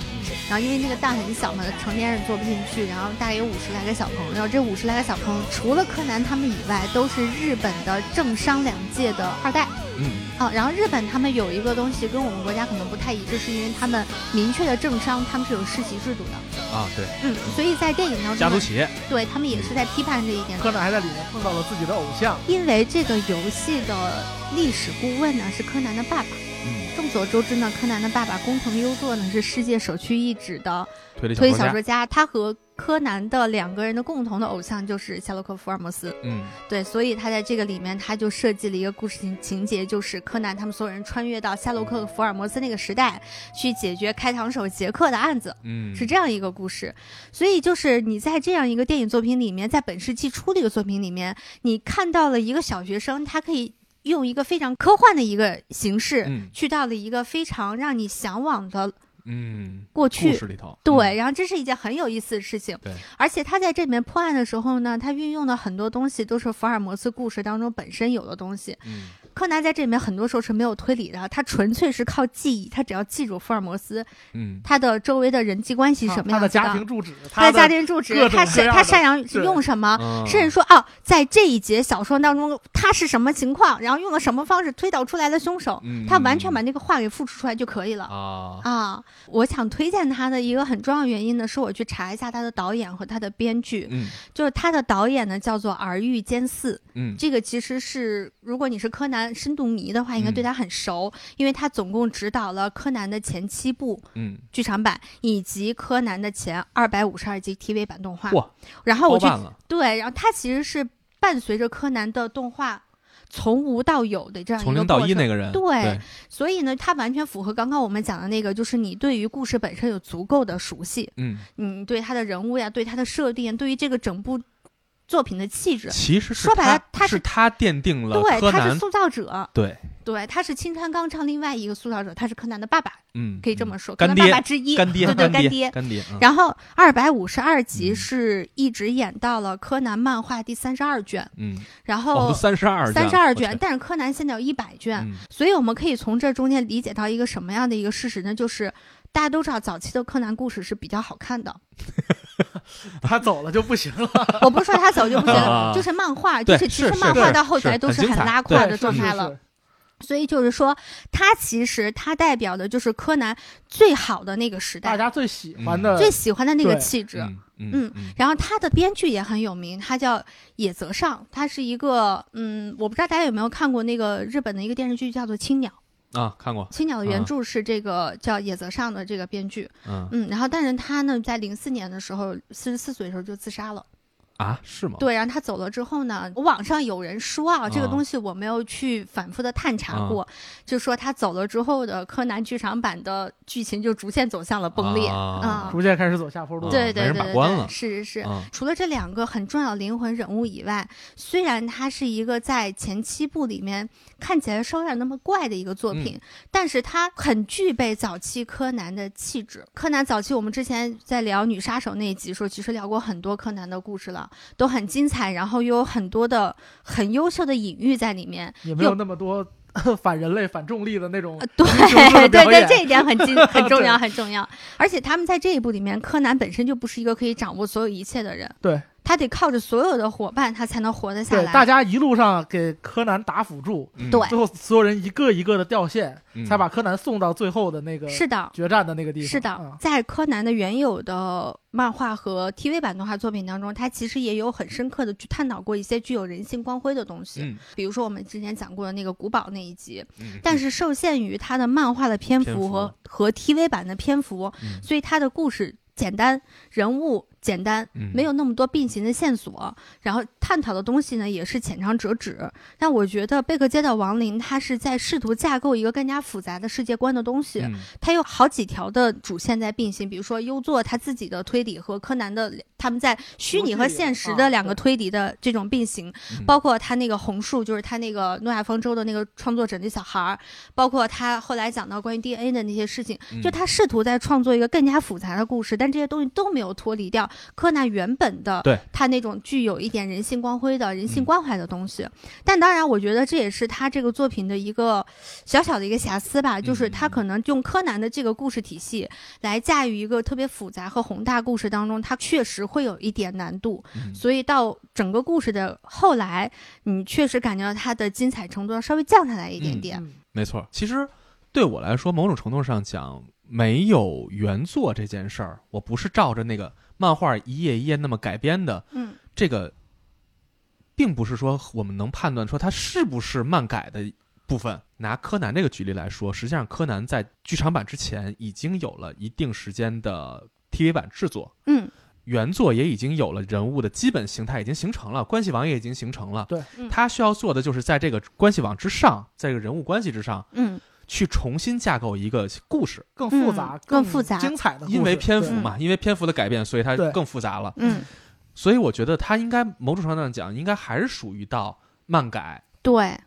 A: 然后因为那个蛋很小嘛，成年人坐不进去，然后大概有五十来个小朋友。这五十来个小朋友，除了柯南他们以外，都是日本的政商两界的二代。
B: 嗯
A: 啊，然后日本他们有一个东西跟我们国家可能不太一致，是因为他们明确的政商他们是有世袭制度的，
B: 啊，对，
A: 嗯，所以在电影当
B: 家
A: 中
B: 族
A: 呢，
B: 企业，
A: 对他们也是在批判这一点的。
C: 柯南还在里面碰到了自己的偶像，
A: 因为这个游戏的历史顾问呢是柯南的爸爸。
B: 嗯，
A: 众所周知呢，柯南的爸爸工藤优作呢是世界首屈一指的
B: 推理
A: 推理
B: 说
A: 小
B: 家，
A: 说家，他和柯南的两个人的共同的偶像就是夏洛克·福尔摩斯。
B: 嗯
A: 对，所以他在这个里面他就设计了一个故事情情节，就是柯南他们所有人穿越到夏洛克·福尔摩斯那个时代，去解决开膛手杰克的案子。
B: 嗯，
A: 是这样一个故事，所以就是你在这样一个电影作品里面，在本世纪初的一个作品里面，你看到了一个小学生，他可以用一个非常科幻的一个形式，
B: 嗯
A: 去到了一个非常让你向往的
B: 嗯，
A: 过
B: 故
A: 去
B: 事。里头，
A: 对，然后这是一件很有意思的事情
B: 对，
A: 而且他在这里面破案的时候呢，他运用的很多东西都是福尔摩斯故事当中本身有的东西。
B: 嗯，
A: 柯南在这里面很多时候是没有推理的，他纯粹是靠记忆，他只要记住福尔摩斯
B: 嗯
A: 他的周围的人际关系是什么
C: 他
A: 样
C: 的
A: 子
C: 家庭住址，
A: 他
C: 他
A: 的家庭住址
C: 各，种
A: 他
C: 各
A: 擅
C: 样
A: 他
C: 的
A: 擅长
C: 对
A: 用什么，
B: 嗯，
A: 甚至说哦，在这一节小说当中他是什么情况，然后用了什么方式推导出来的凶手，
B: 嗯
A: 他完全把那个话给复述出来就可以了。
B: 啊，
A: 啊，我想推荐他的一个很重要的原因呢，是我去查一下他的导演和他的编剧，
B: 嗯
A: 就是他的导演呢叫做儿玉坚四，
B: 嗯
A: 这个其实是如果你是柯南深度迷的话，应该对
B: 嗯
A: 他很熟，因为他总共执导了柯南的前七部，
B: 嗯，
A: 剧场版以及柯南的前二百五十二集 TV 版动画。
B: 哇！
A: 然后
B: 包
A: 我去
B: 办了，
A: 对，然后它其实是伴随着柯南的动画从无到有的这样一个
B: 从零到一
A: 过程
B: 那个人，
A: 对所以呢，它完全符合刚刚我们讲的那个，就是你对于故事本身有足够的熟悉，
B: 嗯，
A: 嗯，对它的人物呀，对它的设定，对于这个整部作品的气质。
B: 其实是
A: 说白了
B: 他
A: 他
B: 是
A: 是
B: 他奠定了
A: 对，
B: 柯
A: 他是
B: 南，
A: 塑造者，
B: 对，
A: 对，他是青川刚昌另外一个塑造者，他是柯南的爸爸，
B: 嗯，
A: 可以这
B: 嗯
A: 么说，柯
B: 干
A: 南
B: 爹
A: 爸爸之一，
B: 干爹，
A: 对对，
B: 干
A: 干爹，
B: 干爹，嗯
A: 然后二百五十二集
B: 嗯
A: 是一直演到了柯南漫画第三十二卷，
B: 嗯，
A: 然
B: 哦，
A: 后
B: 三十二，
A: 三十
B: 我
A: 二
B: 天
A: 卷，，但是柯南现在有一百卷，
B: 嗯
A: 所以我们可以从这中间理解到一个什么样的一个事实呢？就是大家都知道早期的柯南故事是比较好看 的，
C: 他走了就不行了，
A: 我不是说他早 就不行
B: 啊
A: 了，就是漫画，就
B: 对
A: 其实
B: 是
A: 漫
B: 是
A: 画
B: 是
A: 到后
B: 是
A: 来都
B: 很
A: 是
B: 精
A: 很
B: 彩
A: 拉胯
C: 对
A: 的
C: 是
A: 状
C: 是
A: 态
C: 是
A: 了。所以就是说，它其实它代表的就是柯南最好的那个时
C: 大
A: 代，
C: 家最喜欢的
A: 最喜欢的那个
C: 对
A: 气质。
B: 嗯嗯
A: 嗯
B: 嗯
A: 然后他的编剧也很有名，他叫野泽尚，他是一个嗯，我不知道大家有没有看过那个日本的一个电视剧叫做《青鸟》，
B: 啊，看过，
A: 《青鸟》的原著是这个、叫野泽尚的这个编剧，
B: 嗯
A: 嗯，然后但是他呢，在零四年的时候，四十四岁的时候就自杀了，
B: 啊，是吗？
A: 对，然后他走了之后呢，网上有人说啊，这个
B: 啊
A: 东西我没有去反复的探查
B: 哦
A: 过，就说他走了之后的柯南剧场版的剧情就逐渐走向了崩裂
B: 啊
A: 啊。
C: 逐渐开始走下坡路。
A: 对
B: 没
A: 对
B: 哦人
A: 对
B: 把
A: 对
B: 关
A: 对
B: 了
A: 是是是，
B: 嗯
A: 除了这两个很重要的灵魂人物以外，虽然它是一个在前七部里面看起来稍微有点那么怪的一个作品，但是它很具备早期柯南的气质。柯南早期我们之前在聊女杀手那一集的时候，其实聊过很多柯南的故事了，都很精彩，然后又有很多的很优秀的隐喻在里面。
C: 也没有那么多 反人类、反重力的那种
A: 呃，对
C: 就是这
A: 对
C: 个表
A: 对
C: 演，
A: 这一点很精很 重要很重要。而且他们在这一部里面，柯南本身就不是一个可以掌握所有一切的人，
C: 对
A: 他得靠着所有的伙伴，他才能活得下
C: 对，大
A: 来。
C: 家一路上给柯南打辅助，
B: 嗯
A: 对
C: 最后所有人一个一个的掉线，
B: 嗯
C: 才把柯南送到最后的那个
A: 是的。
C: 决战的那个地方。
A: 是的
C: 嗯，
A: 在柯南的原有的漫画和 TV 版动画作品当中，他其实也有很深刻的去探讨过一些具有人性光辉的东西，
B: 嗯
A: 比如说我们之前讲过的那个古堡那一集，
B: 嗯，
A: 但是受限于它的漫画的篇
B: 篇幅
A: 幅和和 TV 版的篇幅，
B: 嗯
A: 所以它的故事简单，人物简单，
B: 嗯
A: 没有那么多并行的线索，然后探讨的东西呢也是浅尝辄止。但我觉得《贝克街的亡灵》它是在试图架构一个更加复杂的世界观的东西，
B: 嗯
A: 它有好几条的主线在并行，比如说优作他自己的推理和柯南的他们在虚拟和现实的两个推理的这种并行，
B: 嗯
A: 包括他那个红树，就是他那个诺亚方舟的那个创作者那小孩儿，包括他后来讲到关于 DNA 的那些事情，
B: 嗯
A: 就他试图在创作一个更加复杂的故事，但这些东西都没有脱离掉柯南原本的
B: 对嗯
A: 他那种具有一点人性光辉的人性关怀的东西。但当然，我觉得这也是他这个作品的一个小小的一个瑕疵吧，
B: 嗯
A: 就是他可能用柯南的这个故事体系来驾驭一个特别复杂和宏大故事当中，它确实会有一点难度。
B: 嗯
A: 所以到整个故事的后来，你确实感觉到它的精彩程度稍微降下来一点点。
C: 嗯
B: 没错，其实对我来说，某种程度上讲，没有原作这件事儿，我不是照着那个漫画一页一页那么改编的，
A: 嗯
B: 这个并不是说我们能判断说它是不是漫改的部分。拿柯南这个举例来说，实际上柯南在剧场版之前已经有了一定时间的 TV 版制作，
A: 嗯
B: 原作也已经有了人物的基本形态已经形成了，关系网也已经形成了。
C: 对
A: 嗯
B: 他需要做的就是在这个关系网之上，在这个人物关系之上，
A: 嗯
B: 去重新架构一个故事。
C: 更复杂、
A: 嗯更复杂
C: 精彩的故事，
B: 因为篇幅
C: 对
B: 嘛，因为篇幅的改变，所以它
C: 对
B: 更复杂了。
A: 嗯，
B: 所以我觉得它应该某种程度上讲，应该还是属于到漫改
A: 对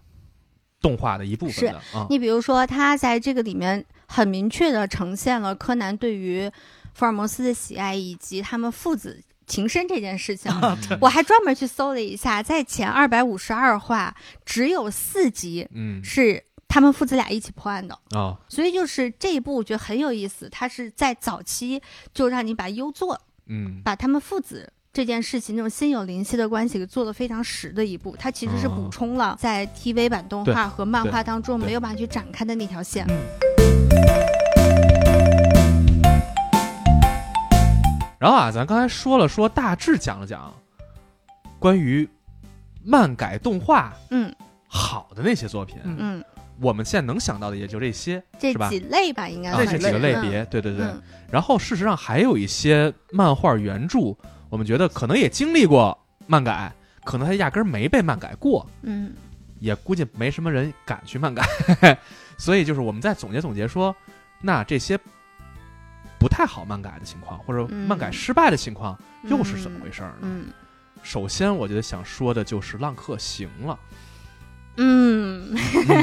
B: 动画的一部分的啊。
A: 你比如说，他在这个里面很明确的呈现了柯南对于福尔摩斯的喜爱以及他们父子情深这件事情。
C: 啊
B: 嗯
A: 我还专门去搜了一下，在前二百五十二话只有四集
B: 嗯
A: 是他们父子俩一起破案的。
B: 啊，
A: 所以就是这一部，我觉得很有意思。它是在早期就让你把优作、
B: 嗯
A: 把他们父子这件事情那种心有灵犀的关系给做得非常实的一步。它其实是补充了在 TV 版动画和漫画当中
B: 哦对对
A: 没有办法去展开的那条线。
B: 然后啊，咱刚才说了说，大致讲了讲关于漫改动画
A: 嗯
B: 好的那些作品，
C: 嗯
A: 嗯，
B: 我们现在能想到的也就这些，
A: 这
B: 是吧
A: 几类吧，应该
B: 啊，
A: 算
B: 这
A: 是
B: 几个类
A: 嗯
B: 别，对对对。
A: 嗯
B: 然后事实上还有一些漫画原著，我们觉得可能也经历过漫改，可能它压根儿没被漫改过，
A: 嗯
B: 也估计没什么人敢去漫改。 所以就是我们再总结总结说，那这些不太好漫改的情况，或者
A: 嗯
B: 漫改失败的情况，又是怎么回事儿呢？
A: 嗯
B: 首先，我觉得想说的就是《浪客行》了。
A: 嗯
B: 嗯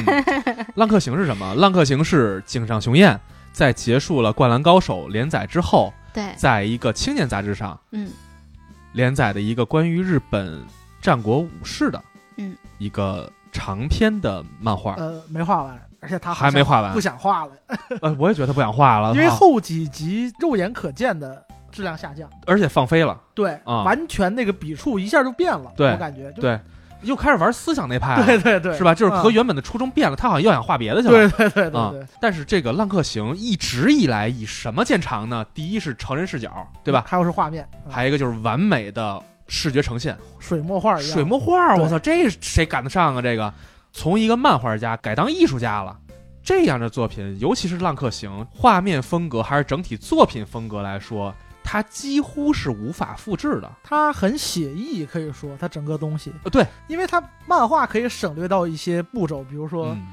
B: 浪客行是什么？浪客行是井上雄彦在结束了《灌篮高手》连载之后，
A: 对，
B: 在一个青年杂志上
A: 嗯
B: 连载的一个关于日本战国武士的，
A: 嗯，
B: 一个长篇的漫画，
C: 呃没画完，而且他啊好
B: 还
C: 像
B: 没画完
C: 不。想画了，
B: 呃，我也觉得他不想画了，
C: 因为
B: 啊
C: 后几集肉眼可见的质量下降，
B: 而且放飞了，
C: 对，
B: 啊
C: 完全那个笔触一下就变了，
B: 对
C: 我感觉就
B: 对，又开始玩思想那派了，
C: 对对对，
B: 是吧？就是和
C: 嗯
B: 原本的初衷变了，他好像要想画别的去了。
C: 对对对对
B: 啊
C: 对，
B: 但是这个《浪客行》一直以来以什么见长呢？第一是成人视角，对吧？
C: 还有是画面，嗯
B: 还有一个就是完美的视觉呈现，
C: 水墨画一样，
B: 水墨画，
C: 对
B: 我操，这谁赶得上啊？这个从一个漫画家改当艺术家了，这样的作品，尤其是《浪客行》，画面风格还是整体作品风格来说，它几乎是无法复制的。
C: 它很写意，可以说它整个东西，
B: 呃，对，
C: 因为它漫画可以省略到一些步骤，比如说、
B: 嗯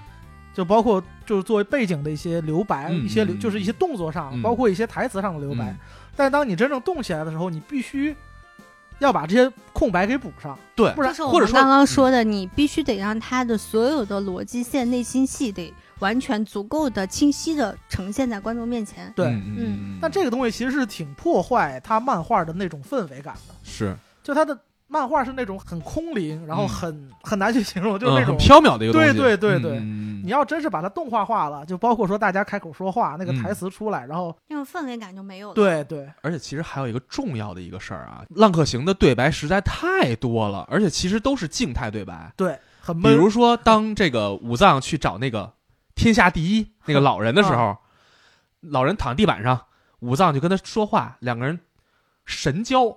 C: 就包括就是作为背景的一些留白，
B: 嗯
C: 一些留
B: 嗯
C: 就是一些动作上，
B: 嗯
C: 包括一些台词上的留白。
B: 嗯
C: 但当你真正动起来的时候，你必须要把这些空白给补上，
B: 对，
C: 不然
A: 就是我
B: 或者
A: 们
B: 说
A: 刚刚说的，你必须得让他的所有的逻辑线、内心戏得完全足够的、清晰的呈现在观众面前。
C: 对。
B: 嗯嗯，
C: 但这个东西其实是挺破坏它漫画的那种氛围感的，
B: 是
C: 就它的漫画是那种很空灵，然后
B: 嗯
C: 很、很难去形容，就是那
B: 嗯很
C: 种
B: 缥缈的一个东西。
C: 对对对对
B: 嗯
C: 你要真是把它动画化了，就包括说大家开口说话那个
B: 嗯
C: 台词出来，然后
A: 那种氛围感就没有了。
C: 对对，
B: 而且其实还有一个重要的一个事儿啊，《浪客行》的对白实在太多了，而且其实都是静态对白。
C: 对，很
B: 比
C: 闷。
B: 如说，当这个武藏去找那个天下第一那个老人的时候，老人躺地板上，武藏就跟他说话，两个人神交，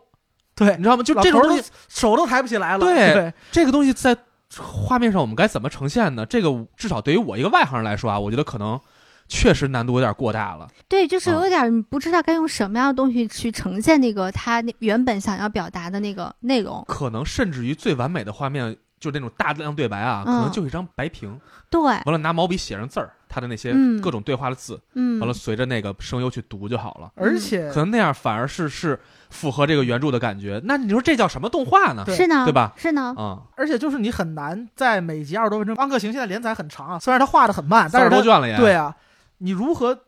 C: 对
B: 你，知道吗？就
C: 老
B: 这种
C: 头儿
B: 东
C: 都
B: 西，
C: 手都抬不起来了。
B: 对
C: 对
B: 这个东西在画面上我们该怎么呈现呢？这个至少对于我一个外行人来说啊，我觉得可能确实难度有点过大了。
A: 对，就是
B: 啊
A: 有点不知道该用什么样的东西去呈现那个他那原本想要表达的那个内容。
B: 可能甚至于最完美的画面，就那种大量对白啊，
A: 嗯
B: 哎可能就一张白屏，
A: 对，
B: 完了拿毛笔写上字儿，他的那些
A: 嗯
B: 各种对话的字，
A: 嗯，
B: 完了随着那个声优去读就好了。
C: 而且
B: 嗯可能那样反而是是符合这个原著的感觉。那你说这叫什么动画呢？
C: 对
A: 是呢，
B: 对吧？
A: 是呢，
B: 啊，
C: 而且就是你很难在每集二十多分钟。安克行现在连载很长啊，虽然他画的很慢，
B: 三
C: 但是
B: 十多
C: 他
B: 卷了也。
C: 对啊，你如何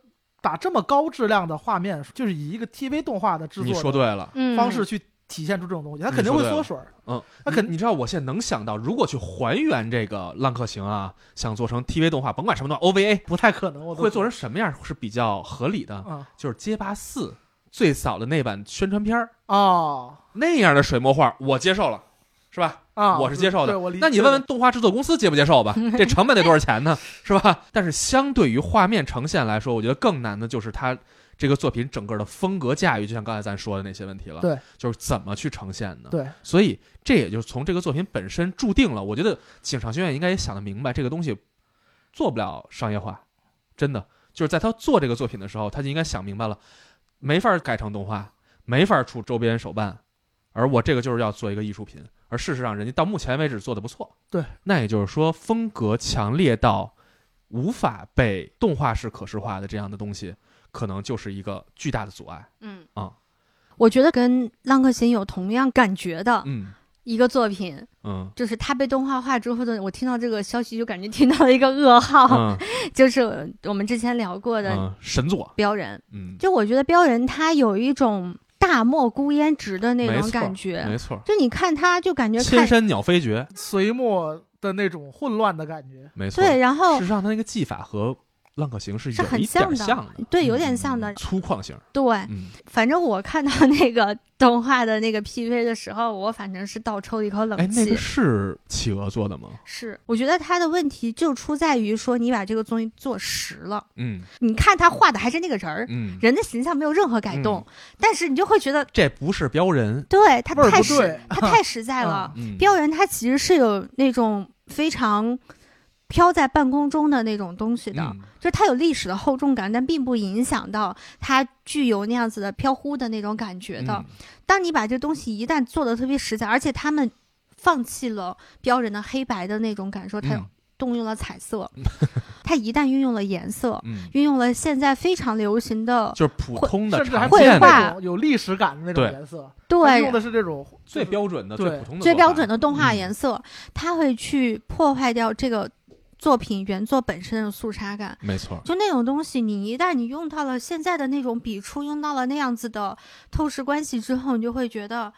C: 把这么高质量的画面，就是以一个 TV 动画的制
B: 你说
C: 作
B: 对了，
A: 嗯，
C: 的方式去体现出这种东西，它肯定会缩水儿。
B: 嗯，
C: 那肯
B: 你你知道我现在能想到，如果去还原这个《浪客行》啊，想做成 TV 动画，甭管什么动画，OVA
C: 不太可能，哦我都
B: 会做成什么样是比较合理的？
C: 嗯
B: 就是街霸四最早的那版宣传片儿
C: 哦
B: 那样的水墨画，我接受了，是吧？
C: 啊，
B: 我是接受的
C: 对我理解
B: 那你问问动画制作公司接不接 受吧，这成本得多少钱呢？是吧？但是相对于画面呈现来说，我觉得更难的就是它这个作品整个的风格驾驭，就像刚才咱说的那些问题了。
C: 对，
B: 就是怎么去呈现呢？
C: 对，
B: 所以这也就是从这个作品本身注定了，我觉得井上学院应该也想得明白，这个东西做不了商业化，真的就是在他做这个作品的时候，他就应该想明白了，没法改成动画，没法出周边手办，而我这个就是要做一个艺术品。而事实上，人家到目前为止做的不错。
C: 对，
B: 那也就是说，风格强烈到无法被动画式可视化的这样的东西，可能就是一个巨大的阻碍。
A: 嗯
B: 啊
A: 我觉得跟《浪客行》有同样感觉的
B: 嗯
A: 一个作品，
B: 嗯
A: 就是它被动画化之后的，我听到这个消息就感觉听到了一个噩耗，
B: 嗯
A: 就是我们之前聊过的《
B: 嗯，神作。
A: 标人》
B: 嗯，
A: 就我觉得《标人》他有一种大漠孤烟直的那
B: 没
A: 种
B: 错
A: 感觉，
B: 没错，
A: 就你看他就感觉
B: 千
A: 看
B: 山鸟飞绝，
C: 隋末的那种混乱的感觉。
B: 没错。
A: 对，然后
B: 事实上，它那个技法和浪客行是
A: 是
B: 有
A: 很
B: 一点儿
A: 像的
B: 的，
A: 对有
B: 嗯
A: 点像的哎
B: 粗犷型。
A: 对，
B: 嗯，
A: 反正我看到 那个动画的那个 PV 的时候，我反正是倒抽一口冷
B: 哎，
A: 气。
B: 那个是企鹅做的吗？
A: 是，我觉得他的问题就出在于说，你把这个东西做实了。
B: 嗯
A: 你看他画的还是那个人儿，
B: 嗯，
A: 人的形象没有任何改动，但是你就会觉得，
B: 这不是标人。
A: 对他
C: 味儿
A: 太
C: 不
A: 实
C: 对，
A: 他太实在了。
B: 嗯，
A: 标人他其实是有那种非常飘在半空中的那种东西的，
B: 嗯
A: 就是它有历史的厚重感，但并不影响到它具有那样子的飘忽的那种感觉的。
B: 嗯
A: 当你把这东西一旦做的特别实在，而且他们放弃了标人的黑白的那种感受，他
B: 嗯
A: 动用了彩色， 他一旦运用了颜色，
B: 嗯，
A: 运用了现在非常流行的
B: 就是普通的
C: 甚至还
B: 常
C: 不是
B: 见
A: 绘
B: 的
A: 画
C: 那种有历史感的那种
B: 对
C: 颜色，它
A: 对
C: 用的是这种
B: 最标准的、
C: 对
B: 最普通的、
A: 最标准的动画
B: 嗯
A: 颜色，它会去破坏掉这个作品原作本身的肃杀感。
B: 没错，
A: 就那种东西，你一旦你用到了现在的那种笔触，用到了那样子的透视关系之后，你就会觉得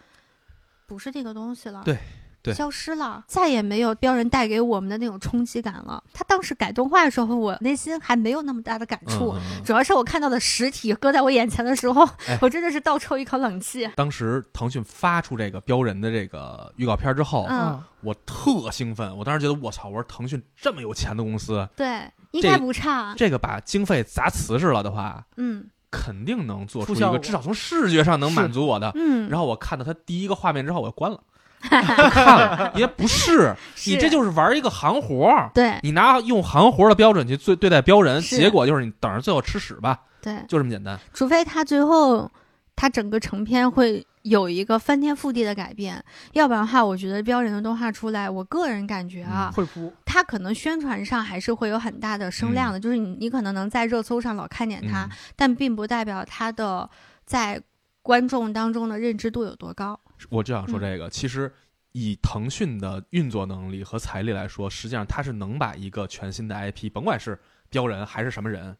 A: 不是这个东西了，
B: 对对
A: 消失了，再也没有标人带给我们的那种冲击感了。他当时改动画的时候，我内心还没有那么大的感触，
B: 嗯嗯 嗯
A: 主要是我看到的实体搁在我眼前的时候，
B: 哎
A: 我真的是倒抽一口冷气。
B: 当时腾讯发出这个标人的这个预告片之后，
A: 嗯，
C: 嗯
B: 我特兴奋，我当时觉得我操，我说腾讯这么有钱的公司，
A: 对，应
B: 这
A: 该不差。啊
B: 这个把经费砸瓷实了的话，
A: 嗯
B: 肯定能做出
C: 出
B: 一
C: 效
B: 个
C: 果
B: 至少从视觉上能
C: 是
B: 满足我的。
A: 嗯，
B: 然后我看到它第一个画面之后，我就关 了，不看了，因为不是你
A: 是
B: 这就是玩一个行活儿，
A: 对
B: 你拿用行活儿的标准去对对待标人，
A: 是
B: 结果就是你等着最后吃屎吧，
A: 对，
B: 就这么简单。
A: 除非他最后他整个成片会有一个翻天覆地的改变，要不然的话，我觉得标人的动画出来，我个人感觉啊，
C: 会哭，
A: 它可能宣传上还是会有很大的声量的，就是你你可能能在热搜上老看见它，
B: 嗯
A: 但并不代表它的在观众当中的认知度有多高。
B: 我就想
A: 嗯
B: 说这个，其实以腾讯的运作能力和财力来说，实际上它是能把一个全新的 IP，甭管是标人还是什么人，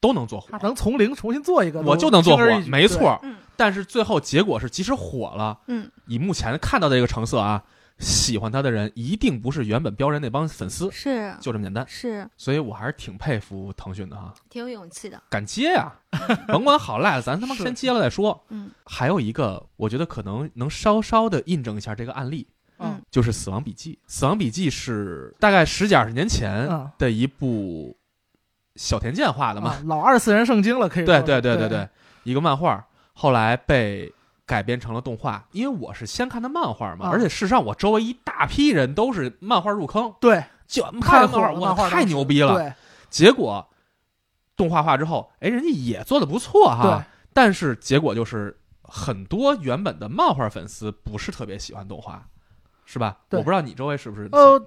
B: 都能做火
C: 它。能从零重新做一个，
B: 我就能做火
C: 轻而易，举
B: 没，错。
A: 嗯
B: 但是最后结果是，即使火了，
A: 嗯，
B: 以目前看到的这个成色啊，喜欢他的人一定不是原本标人那帮粉丝，
A: 是
B: 就这么简单。
A: 是
B: 所以我还是挺佩服腾讯的哈，
A: 挺有勇气的，
B: 敢接呀、甭管好赖了，咱他妈
C: 是
B: 先接了再说。
A: 嗯
B: 还有一个，我觉得可能能稍稍的印证一下这个案例，
C: 对
A: 嗯
B: 就是《死亡笔记》。《死亡笔记》是大概十几二十年前
C: 嗯，
B: 的一部小田健画的嘛，
C: 啊老二次元圣经了，可以说
B: 对
C: 是
B: 对对对
C: 对
B: 对，，一个漫画，后来被改编成了动画。因为我是先看的漫画嘛，
C: 啊
B: 而且事实上我周围一大批人都是漫画入坑，
C: 对
B: 就
C: 太
B: 看
C: 火了
B: 我
C: 漫画
B: 太
C: 当
B: 牛逼了。
C: 对
B: 结果动画化之后，哎，人家也做的不错哈
C: 对，
B: 但是结果就是很多原本的漫画粉丝不是特别喜欢动画，是吧？我
C: 对
B: 不知道你周围是不是？
C: 呃，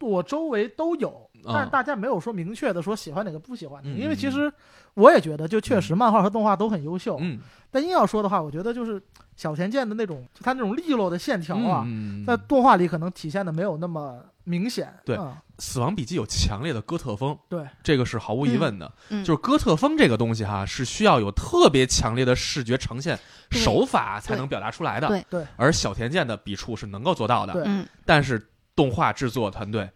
C: 我周围都有，但
B: 嗯
C: 是大家没有说明确的说喜欢哪个不喜欢哪个，
B: 嗯
C: 因为
B: 嗯
C: 其实我也觉得，就确实漫画和动画都很优秀，
B: 嗯，
C: 但硬要说的话，我觉得就是小田健的那种，就他那种利落的线条啊，
B: 嗯，嗯嗯
C: 在动画里可能体现的没有那么明显。
B: 对
C: 嗯
B: 死亡笔记》有强烈的哥特风，
C: 对，
B: 这个是毫无疑问的。
A: 嗯
B: 就是哥特风这个东西哈，是需要有特别强烈的视觉呈现
A: 对
B: 手法才
A: 对
B: 能表达出来的。
A: 对
C: 对
B: 而小田健的笔触是能够做到的。
C: 对
A: 嗯
B: 但是动画制作团队，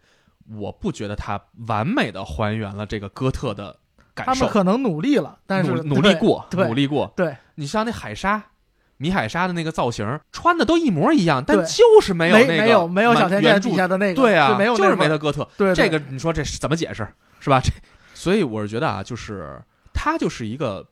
B: 我不觉得他完美的还原了这个哥特的
C: 他
B: 感
C: 们
B: 受，
C: 可能努力了，但是
B: 努努力
C: 对
B: 过，
C: 对
B: 努力过。
C: 对，
B: 你像那海沙。米海沙的那个造型穿的都一模一样，但
C: 对
B: 就是没有那
C: 没
B: 个
C: 没有没有小
B: 原
C: 天剑
B: 著
C: 底下的那个，
B: 对啊，
C: 就没有
B: 就是
C: 那
B: 没
C: 个
B: 他哥特。
C: 对
B: 这
C: 对
B: 个你说这是怎么解释是吧？这，所以我是觉得啊，就是它就是一个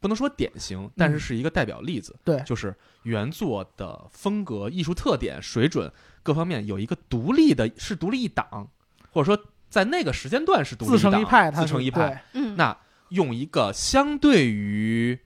B: 不能说典型，但是是一个代表例子。
C: 嗯对
B: 就是原作的风格、艺术特点、水准各方面有一个独立的，是独立一档，或者说在那个时间段是独立
C: 自成
B: 档
C: 一派，他
B: 自
C: 是
B: 成一派。，
A: 嗯，
B: 那用一个相对于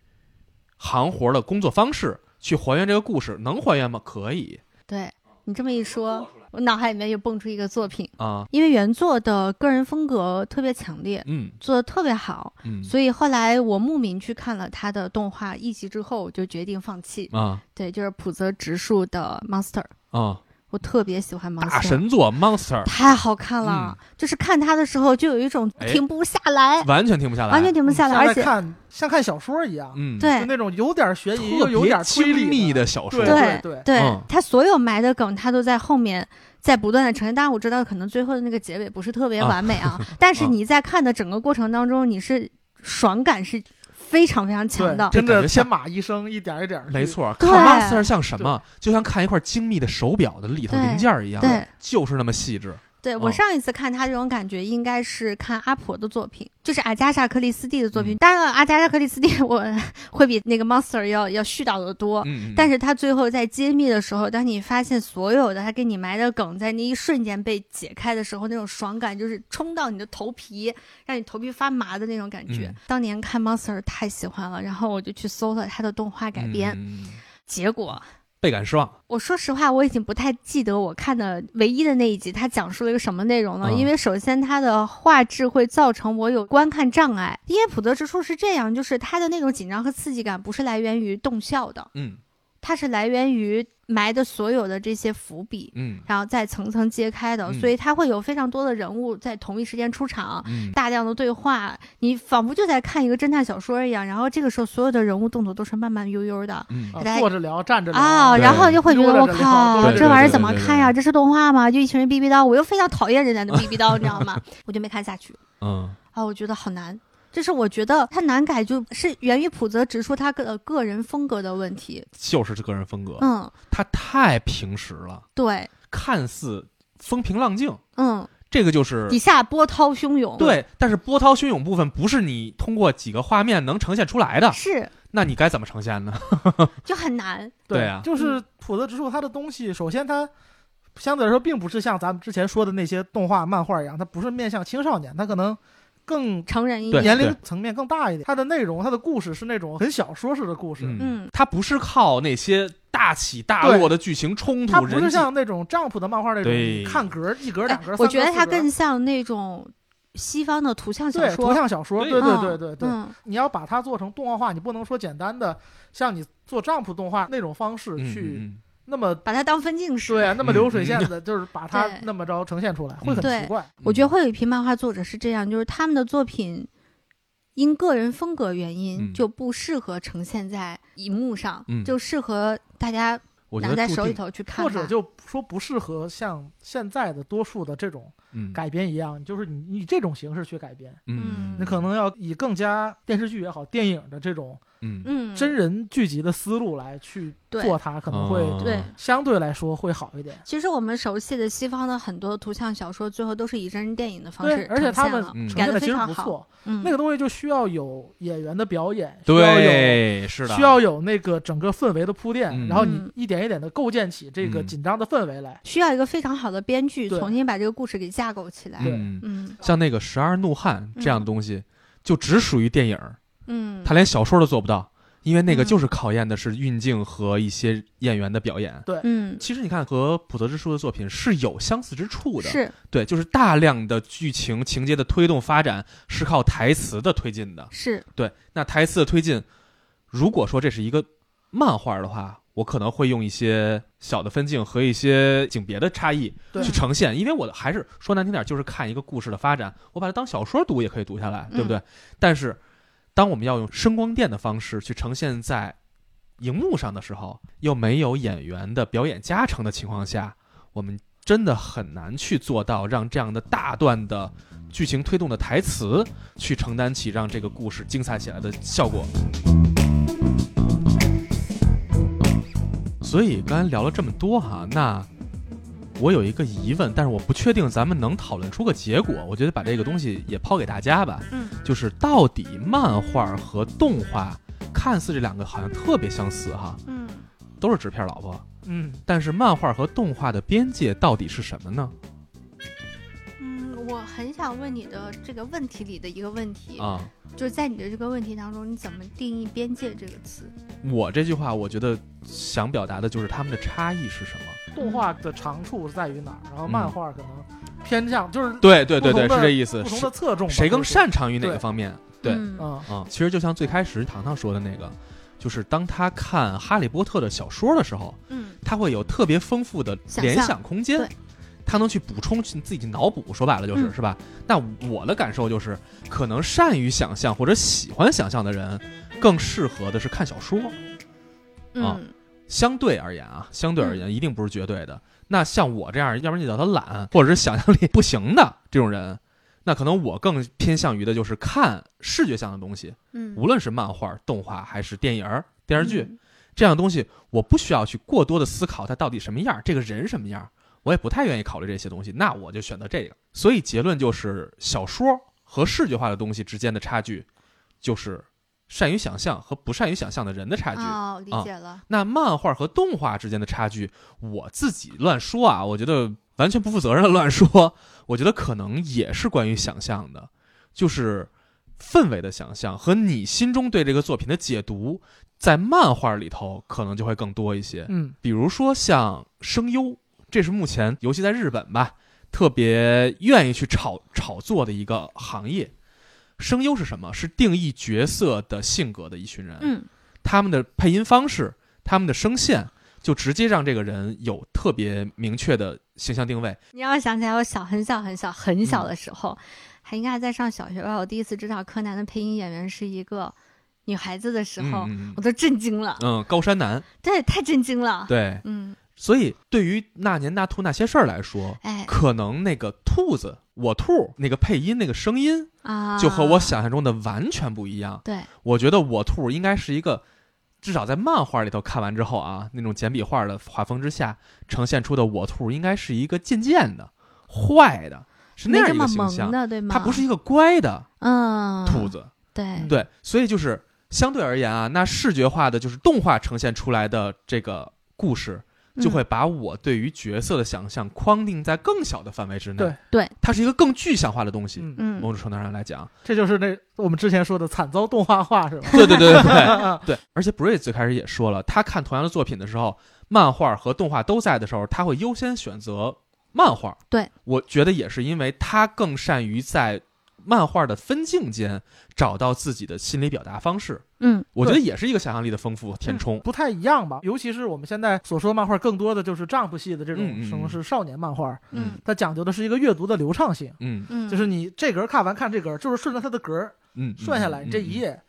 B: 行活的工作方式去还原这个故事，能还原吗？可以
A: 对你这么一说，我脑海里面又蹦出一个作品，
B: 啊，
A: 因为原作的个人风格特别强烈，
B: 嗯
A: 做的特别好，
B: 嗯
A: 所以后来我慕名去看了他的动画一集之后，我就决定放弃。
B: 啊
A: 对，就是浦泽直树的 Monster，
B: 啊。
A: 我特别喜欢 Monster。
B: 大神作 Monster
A: 太好看了，就是看他的时候就有一种
B: 哎
A: 停不下来，
B: 完全停不下来，
A: 完全停不下来，
C: 像
A: 而
C: 在
A: 且
C: 看像看小说一样，
B: 嗯，，
A: 对
C: 就那种有点悬疑
B: 特
C: 又有点
B: 别
C: 推
B: 精密
C: 理
B: 的小说，
C: 对
A: 对
C: 对
A: 对、
B: 嗯
A: 他所有埋的梗，他都在后面在不断的呈现。当然，我知道可能最后的那个结尾不是特别
B: 啊
A: 完美啊，但是
B: 啊
A: 你在看的整个过程当中，你是爽感是非常非常强的。
C: 跟
B: 这感觉
C: 着
B: 像
C: 天马医生一点儿一点儿去，
B: 没错，
A: 对
B: 看 Monster 像什么？就像看一块精密的手表的里头
A: 对
B: 零件一样，
A: 对，
B: 就是那么细致。
A: 对
B: 嗯
A: 我上一次看他这种感觉，应该是看阿婆的作品，就是阿加莎·克里斯蒂的作品。
B: 嗯
A: 当然了，阿加莎·克里斯蒂我 会比那个 Monster 要要絮叨的多，
B: 嗯，嗯
A: 哦但是他最后在揭秘的时候，当你发现所有的他给你埋的梗在那一瞬间被解开的时候，那种爽感就是冲到你的头皮，让你头皮发麻的那种感觉。
B: 嗯
A: 当年看 Monster 太喜欢了，然后我就去搜了他的动画改编，
B: 嗯嗯嗯
A: 结果。
B: 倍感失望。
A: 我说实话，我已经不太记得我看的唯一的那一集，它讲述了一个什么内容了。
B: 嗯
A: 因为首先它的画质会造成我有观看障碍，因为普泽之树是这样，就是它的那种紧张和刺激感不是来源于动效的，
B: 嗯
A: 它是来源于埋的所有的这些伏笔，
B: 嗯
A: 然后再层层揭开的，
B: 嗯
A: 所以它会有非常多的人物在同一时间出场。
B: 嗯，
A: 大量的对话，你仿佛就在看一个侦探小说一样。然后这个时候，所有的人物动作都是慢慢悠悠的
B: 嗯
C: 啊
A: 大家
C: 坐着聊，站着聊
A: 啊，
B: 对
A: 然后就会觉得
C: 溜
A: 我
C: 达着聊
A: 靠，
B: 对
A: 这玩意儿
B: 对
A: 怎么
B: 对对
A: 看呀？这是动画吗？就一群人逼逼叨，我又非常讨厌人家的逼逼叨，你知道吗？ 我就没看下去。
B: 嗯
A: 啊，我觉得好难。就是我觉得它难改，就是源于浦泽直树他个呃个人风格的问题。
B: 就是这个人风格，
A: 嗯，
B: 他太平实了，
A: 对，
B: 看似风平浪静，
A: 嗯，
B: 这个就是
A: 底下波涛汹涌。，
B: 对，但是波涛汹涌部分不是你通过几个画面能呈现出来的，
A: 是
B: 那你该怎么呈现呢？
A: 就很难。
B: 对啊
A: 嗯
C: 就是普泽直树他的东西，首先他相对来说并不是像咱们之前说的那些动画、漫画一样，它不是面向青少年，它可能更
A: 成人一
B: 对
A: 点，
C: 年龄层面更大一点。它的内容、它的故事是那种很小说式的故事，
A: 嗯，
B: 它不是靠那些大起大落的剧情冲
C: 它
B: 突，
C: 不是
B: 人际
C: 像那种 Jump 的漫画那种
B: 对
C: 你看格一格、
A: 哎
C: 两格、
A: 我
C: 三格
A: 觉得它
C: 四格
A: 更像那种西方的图像小
C: 对图
A: 说。
C: 像小说，
B: 对
C: 对对
A: 嗯
C: 对对对。
A: 嗯
C: 你要把它做成动画化，你不能说简单的像你做 Jump 动画那种方式
B: 嗯
C: 去
B: 嗯
C: 那么
A: 把它当分镜使。
C: 对啊，那么
B: 嗯
C: 流水
B: 嗯
C: 线的，就是把它
A: 对
C: 那么着呈现出来，会
B: 嗯
C: 很
A: 对
C: 奇怪。
A: 我觉得会有一批漫画作者是这样，就是他们的作品因个人风格原因
B: 嗯
A: 就不适合呈现在荧幕上，
B: 嗯
A: 就适合大家
B: 我觉
A: 拿
B: 得
A: 在
B: 注
A: 手里
B: 定
A: 头去看
C: 或者
A: 吧
C: 就说不适合像现在的多数的这种
B: 嗯
C: 改编一样，就是你你这种形式去改编，
A: 嗯
C: 你可能要以更加电视剧也好、电影的这种
B: 嗯
A: 嗯，
C: 真人剧集的思路来去
A: 对
C: 做它，可能会
B: 哦
A: 对。
C: 相对来说会好一点。
A: 其实我们熟悉的西方的很多图像小说，最后都是以真人电影的方
C: 对，
A: 式
C: 而且
A: 呈
C: 他
A: 现
C: 们
A: 了。
B: 嗯
C: 呈
A: 改
C: 现
A: 得非
C: 的其实
A: 常
C: 不
A: 好
C: 错，
A: 嗯，
C: 那个东西就需要有演员的表演，需要有
B: 对是的
C: 需要有那个整个氛围的铺垫
B: 嗯，
C: 然后你
A: 嗯
C: 一点一点的构建起这个
B: 嗯
C: 紧张的氛围来。
A: 需要一个非常好的编剧
C: 对
A: 重新把这个故事给架构起来。
B: 嗯
A: 嗯
B: 像那个《十二怒汉》这样的东西，就只属于电影儿，
A: 嗯，
B: 它连小说都做不到，因为那
A: 嗯
B: 个就是考验的是运镜和一些演员的表演。
A: 嗯
B: 其实你看，和普泽之树的作品是有相似之处的，
A: 是
B: 对，就是大量的剧情情节的推动发展是靠台词的推进的，
A: 是
B: 对，那台词的推进，如果说这是一个漫画的话，我我可能会用一些小的分镜和一些景别的差异
C: 对
B: 去呈现，因为我还是说难听点，就是看一个故事的发展，我把它当小说读也可以读下来，对不对？但是，当我们要用声光电的方式去呈现在荧幕上的时候，又没有演员的表演加成的情况下，我们真的很难去做到让这样的大段的剧情推动的台词去承担起让这个故事精彩起来的效果。所以刚才聊了这么多哈、那我有一个疑问，但是我不确定咱们能讨论出个结果。我觉得把这个东西也抛给大家吧，
A: 嗯，
B: 就是到底漫画和动画看似这两个好像特别相似哈、
A: 嗯，
B: 都是纸片老婆，
C: 嗯，
B: 但是漫画和动画的边界到底是什么呢？
A: 嗯，我很想问你的这个问题里的一个问题，
B: 啊、
A: 就是在你的这个问题当中，你怎么定义“边界”这个词？
B: 我这句话我觉得想表达的就是他们的差异是什么？
C: 动画的长处在于哪儿？然后漫画可能偏向就是
B: 对对对对，
C: 不同
B: 是
C: 的
B: 这意思。
C: 不同
B: 是
C: 的侧重吧，
B: 谁更
C: 可以说？
B: 擅长于哪个
C: 对
B: 方面？对
A: 嗯
C: 嗯，
B: 啊、其实就像最开始糖糖说的那个，就是当他看《哈利波特》的小说的时候，
A: 嗯
B: 他会有特别丰富的
A: 想
B: 联
A: 象
B: 想空间
A: 对，
B: 他能去补充去自己脑补，说白了就是、
A: 嗯
B: 是吧？那我的感受就是，可能善于想象或者喜欢想象的人，更适合的是看小说。啊
A: 嗯
B: 相对而言啊，相对而言一定不是绝对的。那像我这样，要不然就叫他懒，或者是想象力不行的这种人，那可能我更偏向于的就是看视觉上的东西，
A: 嗯，
B: 无论是漫画、动画还是电影儿、电视剧、
A: 嗯
B: 这样的东西，我不需要去过多的思考它到底什么样儿，这个人什么样儿，我也不太愿意考虑这些东西。那我就选择这个。所以结论就是，小说和视觉化的东西之间的差距，就是善于想象和不善于想象的人的差距。
A: 哦，理
B: 啊
A: 解了。
B: 那漫画和动画之间的差距，我自己乱说啊，我觉得完全不负责任的乱说，我觉得可能也是关于想象的，就是氛围的想象和你心中对这个作品的解读，在漫画里头可能就会更多一些。
C: 嗯
B: 比如说像声优，这是目前尤其在日本吧，特别愿意去炒炒作的一个行业。声优是什么？是定义角色的性格的一群人。
A: 嗯
B: 他们的配音方式、他们的声线，就直接让这个人有特别明确的形象定位。
A: 你让我想起来，我小很小很小很小
B: 嗯
A: 的时候，还应该还在上小学吧。我第一次知道柯南的配音演员是一个女孩子的时候，
B: 嗯嗯
A: 我都震惊了，
B: 嗯，高山男
A: 对，太震惊了。
B: 对，
A: 嗯，
B: 所以对于那年那兔那些事儿来说，
A: 哎
B: 可能那个兔子我兔那个配音那个声音，
A: 啊，
B: 就和我想象中的完全不一样。
A: 对，
B: 我觉得我兔应该是一个。至少在漫画里头看完之后啊，那种简笔画的画风之下呈现出的我兔，应该是一个贱贱的、坏的，是那
A: 没
B: 样
A: 这
B: 一个
A: 么
B: 形
A: 萌
B: 象。
A: 的，对吗？
B: 它不是一个乖的
A: 嗯
B: 兔子，
A: 对，
B: 对，所以就是相对而言啊，那视觉化的就是动画呈现出来的这个故事，
A: 嗯
B: 就会把我对于角色的想象框定在更小的范围之内。
C: 对
A: 对，
B: 它是一个更具象化的东西。
C: 嗯，
A: 嗯
B: 某种程度上来讲，
C: 这就是那我们之前说的惨遭动画化是吧？嗯
B: 对对对 对 对对，而且 Bray 最开始也说了，他看同样的作品的时候，漫画和动画都在的时候，他会优先选择漫画。
A: 对，
B: 我觉得也是因为他更善于在漫画的分镜间找到自己的心理表达方式。
A: 嗯
B: 我觉得也是一个想象力的丰富填充。
C: 不太一样吧，尤其是我们现在所说的漫画，更多的就是丈夫系的这
B: 嗯嗯
C: 种，
B: 嗯
C: 什么是少年漫画，
A: 嗯
C: 它讲究的是一个阅读的流畅性，
B: 嗯
A: 嗯，
C: 就是你这格看完看这格，就是顺着它的格
B: 嗯，
C: 顺下来，
B: 嗯
C: 你这一，页，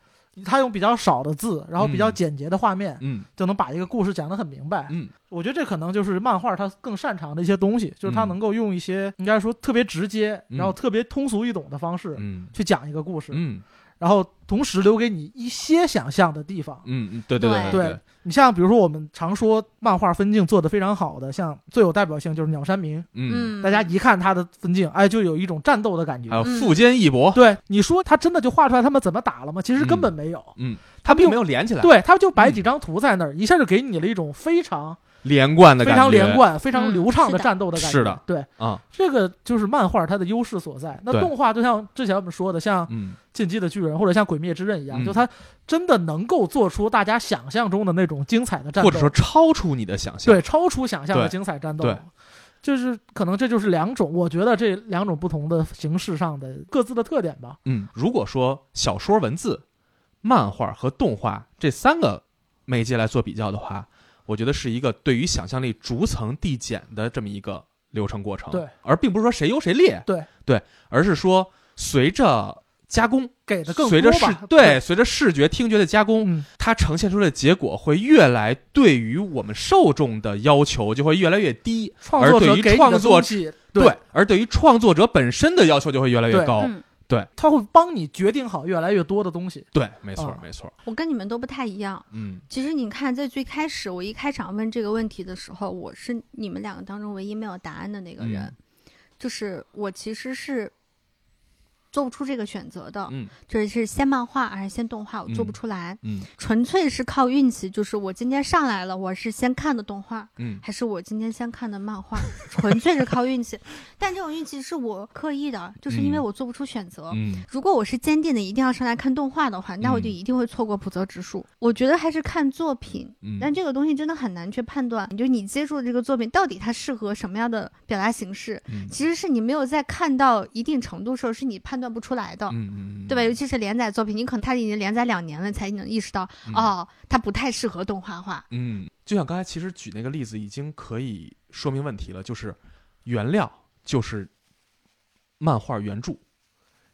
C: 它用比较少的字，然后比较
B: 嗯
C: 简洁的画面，
B: 嗯
C: 就能把一个故事讲得很明白。
B: 嗯
C: 我觉得这可能就是漫画它更擅长的一些东西，就是它
B: 嗯
C: 能够用一些应该说特别直接，
B: 嗯
C: 然后特别通俗易懂的方式
B: 嗯
C: 去讲一个故事，
B: 嗯
C: 然后同时留给你一些想象的地方。
B: 嗯嗯，对对
A: 对
B: 对，
C: 你像比如说我们常说漫画分镜做得非常好的，像最有代表性就是鸟山明，
B: 嗯，
A: 嗯，
C: 大家一看他的分镜，哎，就有一种战斗的感
B: 还
C: 觉。
B: 有富坚义博，
C: 对，你说他真的就画出来他们怎么打了吗？其实根本没有，
B: 嗯，
C: 他
B: 并没有嗯连起来，，
C: 对，他就摆几张图在那儿，一下就给你了一种非常
B: 连贯的
C: 非
B: 感觉，
C: 常连贯、非常
A: 嗯
C: 流畅
A: 是
C: 的
A: 的
C: 战斗的感觉。
B: 是的
C: 对，
B: 啊，
C: 这个就是漫画它的优势所在。那
B: 对
C: 动画就像之前我们说的，像《
B: 嗯
C: 进击的巨人》或者像《鬼灭之刃》一样，
B: 嗯
C: 就它真的能够做出大家想象中的那种精彩的战斗，
B: 或者说超出你的想象，
C: 对超出想象的
B: 对
C: 精彩战斗
B: 对。
C: 就是可能这就是两种，我觉得这两种不同的形式上的各自的特点吧。
B: 嗯，如果说小说文字、漫画和动画这三个媒介来做比较的话，我觉得是一个对于想象力逐层递减的这么一个流程过程。
C: 对，
B: 而并不是说谁优谁劣，
C: 对
B: 对，而是说随着加工，
C: 给的更
B: 随着
C: 多
B: 视
C: 吧，
B: 对，随着视觉、听觉的加工，
C: 嗯，
B: 它呈现出来的结果会越来对于我们受众的要求就会越来越低，
C: 创作者
B: 而对于
C: 给你的
B: 创作
C: 东西，
B: 对，而对于创作者本身的要求就会越来越
C: 对
B: 高。
A: 嗯，
C: 他会帮你决定好越来越多的东西。
B: 对，没错
C: 啊，
B: 没错，
A: 我跟你们都不太一样。
B: 嗯，
A: 其实你看，在最开始我一开场问这个问题的时候，我是你们两个当中唯一没有答案的那个人，
B: 嗯
A: 就是我其实是做不出这个选择的，
B: 嗯
A: 就是是先漫画还是先动画，我做不
B: 嗯
A: 出来，
B: 嗯
A: 纯粹是靠运气。就是我今天上来了，我是先看的动画，
B: 嗯
A: 还是我今天先看的漫画，纯粹是靠运气。 但这种运气是我刻意的，就是因为
B: 嗯
A: 我做不出选择。
B: 嗯
A: 如果我是坚定的一定要上来看动画的话，那我就
B: 嗯
A: 一定会错过普泽直树。我觉得还是看作品，
B: 嗯，
A: 但这个东西真的很难去判断，就你接触的这个作品到底它适合什么样的表达形式，
B: 嗯
A: 其实是你没有在看到一定程度的时候，是你判断不出来的。
B: 嗯嗯，
A: 对吧？尤其是连载作品，你可能它已经连载两年了，才能意识到、
B: 嗯
A: 哦，它不太适合动画化。
B: 嗯，就像刚才其实举那个例子，已经可以说明问题了，就是原料就是漫画原著，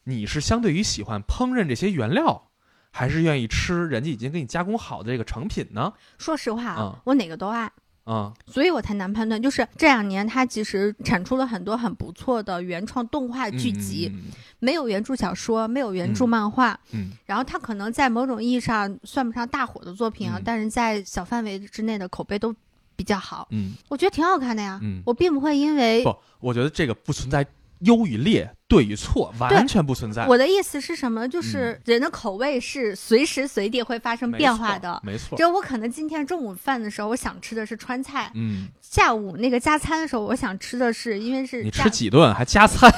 B: 你是相对于喜欢烹饪这些原料，还是愿意吃人家已经给你加工好的这个成品呢？
A: 说实话啊，
B: 嗯
A: 我哪个都爱，
B: 啊、
A: 所以我才难判断。就是这两年，它其实产出了很多很不错的原创动画
B: 嗯，
A: 剧集，
B: 嗯，
A: 没有原著小说，没有原著
B: 嗯
A: 漫画，
B: 嗯
A: 然后它可能在某种意义上算不上大火的作品啊，
B: 嗯
A: 但是在小范围之内的口碑都比较好，
B: 嗯
A: 我觉得挺好看的呀。
B: 嗯
A: 我并不会因为
B: 嗯，不，我觉得这个不存在优与劣、对与错，完全不存在。
A: 我的意思是什么，
B: 嗯
A: 就是人的口味是随时随地会发生
B: 没
A: 变
B: 错
A: 化的。
B: 没错。
A: 就我可能今天中午饭的时候，我想吃的是川菜；
B: 嗯，
A: 下午那个加餐的时候，我想吃的是因为是
B: 你
A: 下
B: 吃几顿还加餐？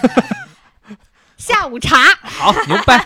A: 下午茶，
B: 好，牛 掰，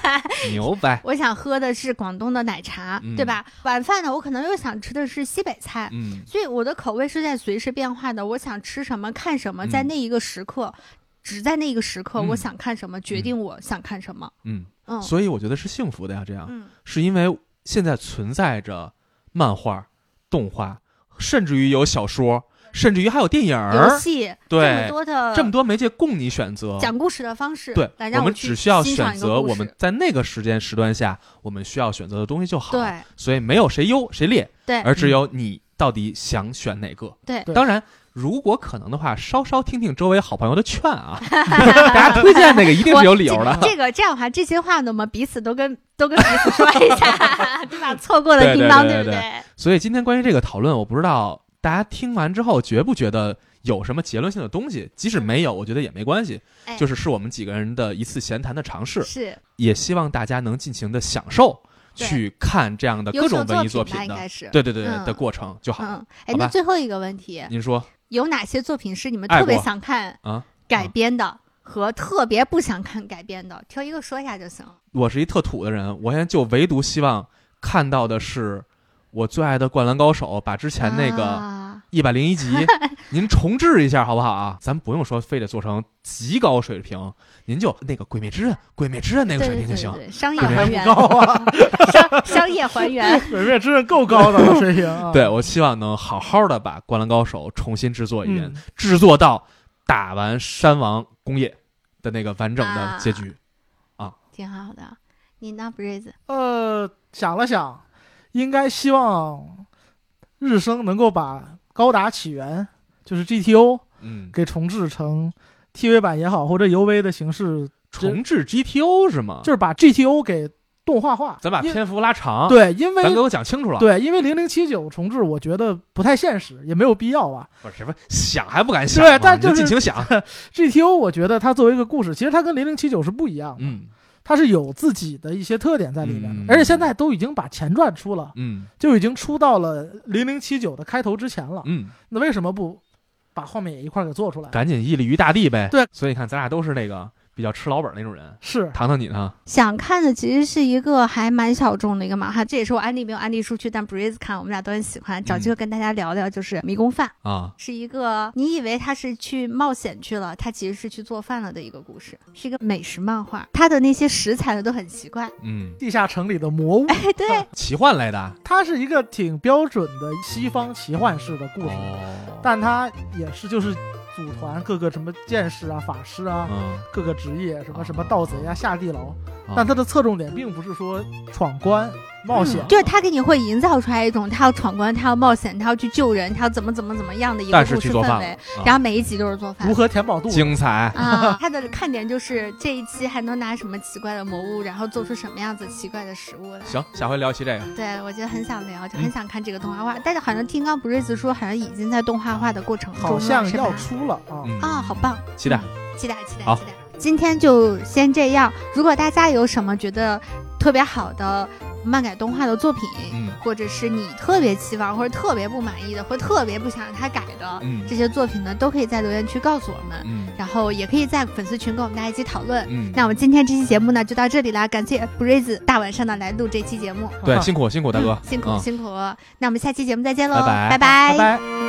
B: 牛掰。
A: 我想喝的是广东的奶茶，
B: 嗯
A: 对吧？晚饭呢，我可能又想吃的是西北菜。
B: 嗯
A: 所以我的口味是在随时变化的，我想吃什么看什么，在
B: 嗯
A: 那一个时刻，只在那一个时刻，
B: 嗯
A: 我想看什么决定我想看什么。
B: 嗯，
A: 嗯
B: 所以我觉得是幸福的呀，这样。
A: 嗯，
B: 是因为现在存在着漫画、动画，甚至于有小
A: 嗯
B: 说，甚至于还有电影
A: 游
B: 儿，
A: 戏这么
B: 对，
A: 多的
B: 这么多媒介供你选择。
A: 讲故事的方式，
B: 对
A: 来，让
B: 们
A: 去
B: 只需要
A: 欣赏
B: 选
A: 一个
B: 择
A: 故
B: 我
A: 事
B: 们在那个时间时段下我们需要选择的东西就好。，
A: 对
B: 所以没有谁优谁劣，
A: 对
B: 而只有你到底想选哪个。
A: 对
C: 对
B: 当然。如果可能的话，稍稍听听周围好朋友的劝啊， 大家推荐那个一定是有理由的。
A: 这个这样的话，这些话呢，我们彼此都跟都跟彼此说一下， 对吧？错过
B: 对
A: 的
B: 对
A: 叮当，
B: 对
A: 不
B: 对所以今天关于这个讨论，我不知道大家听完之后觉不觉得有什么结论性的东西，即使没有，我觉得也没关系，
A: 哎
B: 就是是我们几个人的一次闲谈的尝试，
A: 是
B: 也希望大家能尽情的享受
A: 对
B: 去看这样的各
A: 优秀
B: 种文艺作
A: 品吧，应
B: 的，
A: 该是。
B: 对对对、
A: 嗯
B: 的过程就好。
A: 嗯，哎
B: 好，吧
A: 那最后一个问题，
B: 您说
A: 有哪些作品是你们
B: 爱
A: 特别
B: 国
A: 想看
B: 啊？
A: 改编的，和特别不想看改编的？挑一个说一下就行。
B: 我是一特土的人，我现在就唯独希望看到的是我最爱的《灌篮高手》，把之前那个、
A: 啊
B: 一百零一 集，您重置一下好不好啊？咱不用说非得做成极高水平，您就那个《鬼灭之刃》《鬼灭之刃》那
A: 对对
B: 个水
A: 对
B: 平就行。
A: 对，商业
B: 对
A: 还
C: 还
A: 原
C: 不，高啊，
A: 商 商业还原。
C: 水面真是够高的 了，水平啊。
B: 对我希望能好好的把《灌篮高手》重新制作一遍，
C: 嗯
B: 制作到打完山王工业的那个完整
C: 啊
B: 的结局。
A: 挺好的。你呢，Breeze？
C: 呃，想了想，应该希望日升能够把《高达起源》就是 GTO
B: 嗯，
C: 给重置成 TV 版也好，或者 UV 的形式，
B: 重置 GTO 是吗？
C: 就是把 GTO 给动画化。
B: 嗯咱把
C: 因
B: 篇幅拉长，
C: 对，因
B: 咱给
C: 为
B: 我讲清楚了。，
C: 对，因为零零七九重置，我觉得不太现实，也没有必要啊吧。
B: 不是什么想还不敢想吗，
C: 对但
B: 你就
C: 就是
B: 尽情想。
C: GTO 我觉得它作为一个故事，其实它跟零零七九是不一样的，
B: 嗯
C: 它是有自己的一些特点在里面的。
B: 嗯
C: 而且现在都已经把前传出了，
B: 嗯
C: 就已经出到了零零七九的开头之前了。
B: 嗯，
C: 那为什么不把画面也一块儿给做出来？
B: 赶紧屹立于大地呗。
C: 对，
B: 所以你看，咱俩都是那个比较吃老本儿那种人。
C: 是
B: 糖糖，你呢？
A: 想看的其实是一个还蛮小众的一个漫画，这也是我安利没有安利出去，但 Breeze 看我们俩都很喜欢，
B: 嗯
A: 找机会跟大家聊聊，就是《迷宫饭》
B: 啊，
A: 是一个你以为他是去冒险去了，他其实是去做饭了的一个故事，是一个美食漫画，它的那些食材呢都很奇怪。
B: 嗯，
C: 地下城里的魔物，
A: 哎，对，
B: 奇幻来的。啊
C: 它是一个挺标准的西方奇幻式的故事，
B: 哦，
C: 但它也是就是组团各个什么剑士啊、法师啊，
B: 嗯，
C: 各个职业，什么什么盗贼啊、下地牢，
B: 啊
C: 但它的侧重点并不是说闯关冒险，
A: 嗯就是他给你会营造出来一种他要闯关，他要冒险，他要去救人，他要怎么怎么怎么样的一个
B: 但是
A: 故
B: 去
A: 事
B: 做
A: 氛
B: 饭了
A: 围，
B: 啊
A: 然后每一集都是做饭
C: 如。何填饱肚子？
B: 精彩。
A: 啊，它的看点就是这一期还能拿什么奇怪的魔物，然后做出什么样子奇怪的食物来。
B: 行，下回聊起这个。
A: 对，我就很想聊，
B: 嗯
A: 就很想看这个动画化，但是好像听刚不瑞子说，好像已经在动画化的过程中了，
C: 好像
A: 是吧
C: 要出了啊！
B: 嗯，
A: 啊、好棒，
B: 期待。
A: 期待，期待，
B: 好
A: 期待。今天就先这样。如果大家有什么觉得特别好的漫改动画的作品，
B: 嗯
A: 或者是你特别期望或者特别不满意的，或者特别不想让它改的、
B: 嗯
A: 这些作品呢，都可以在留言区告诉我们，
B: 嗯
A: 然后也可以在粉丝群跟我们大家一起讨论。
B: 嗯，
A: 那我们今天这期节目呢，就到这里啦，感谢 Breeze 大晚上的来录这期节目，
B: 对，辛苦辛苦大哥，
A: 辛苦、
B: 嗯
A: 辛苦，那我们下期节目再见喽，拜
B: 拜拜
C: 拜拜。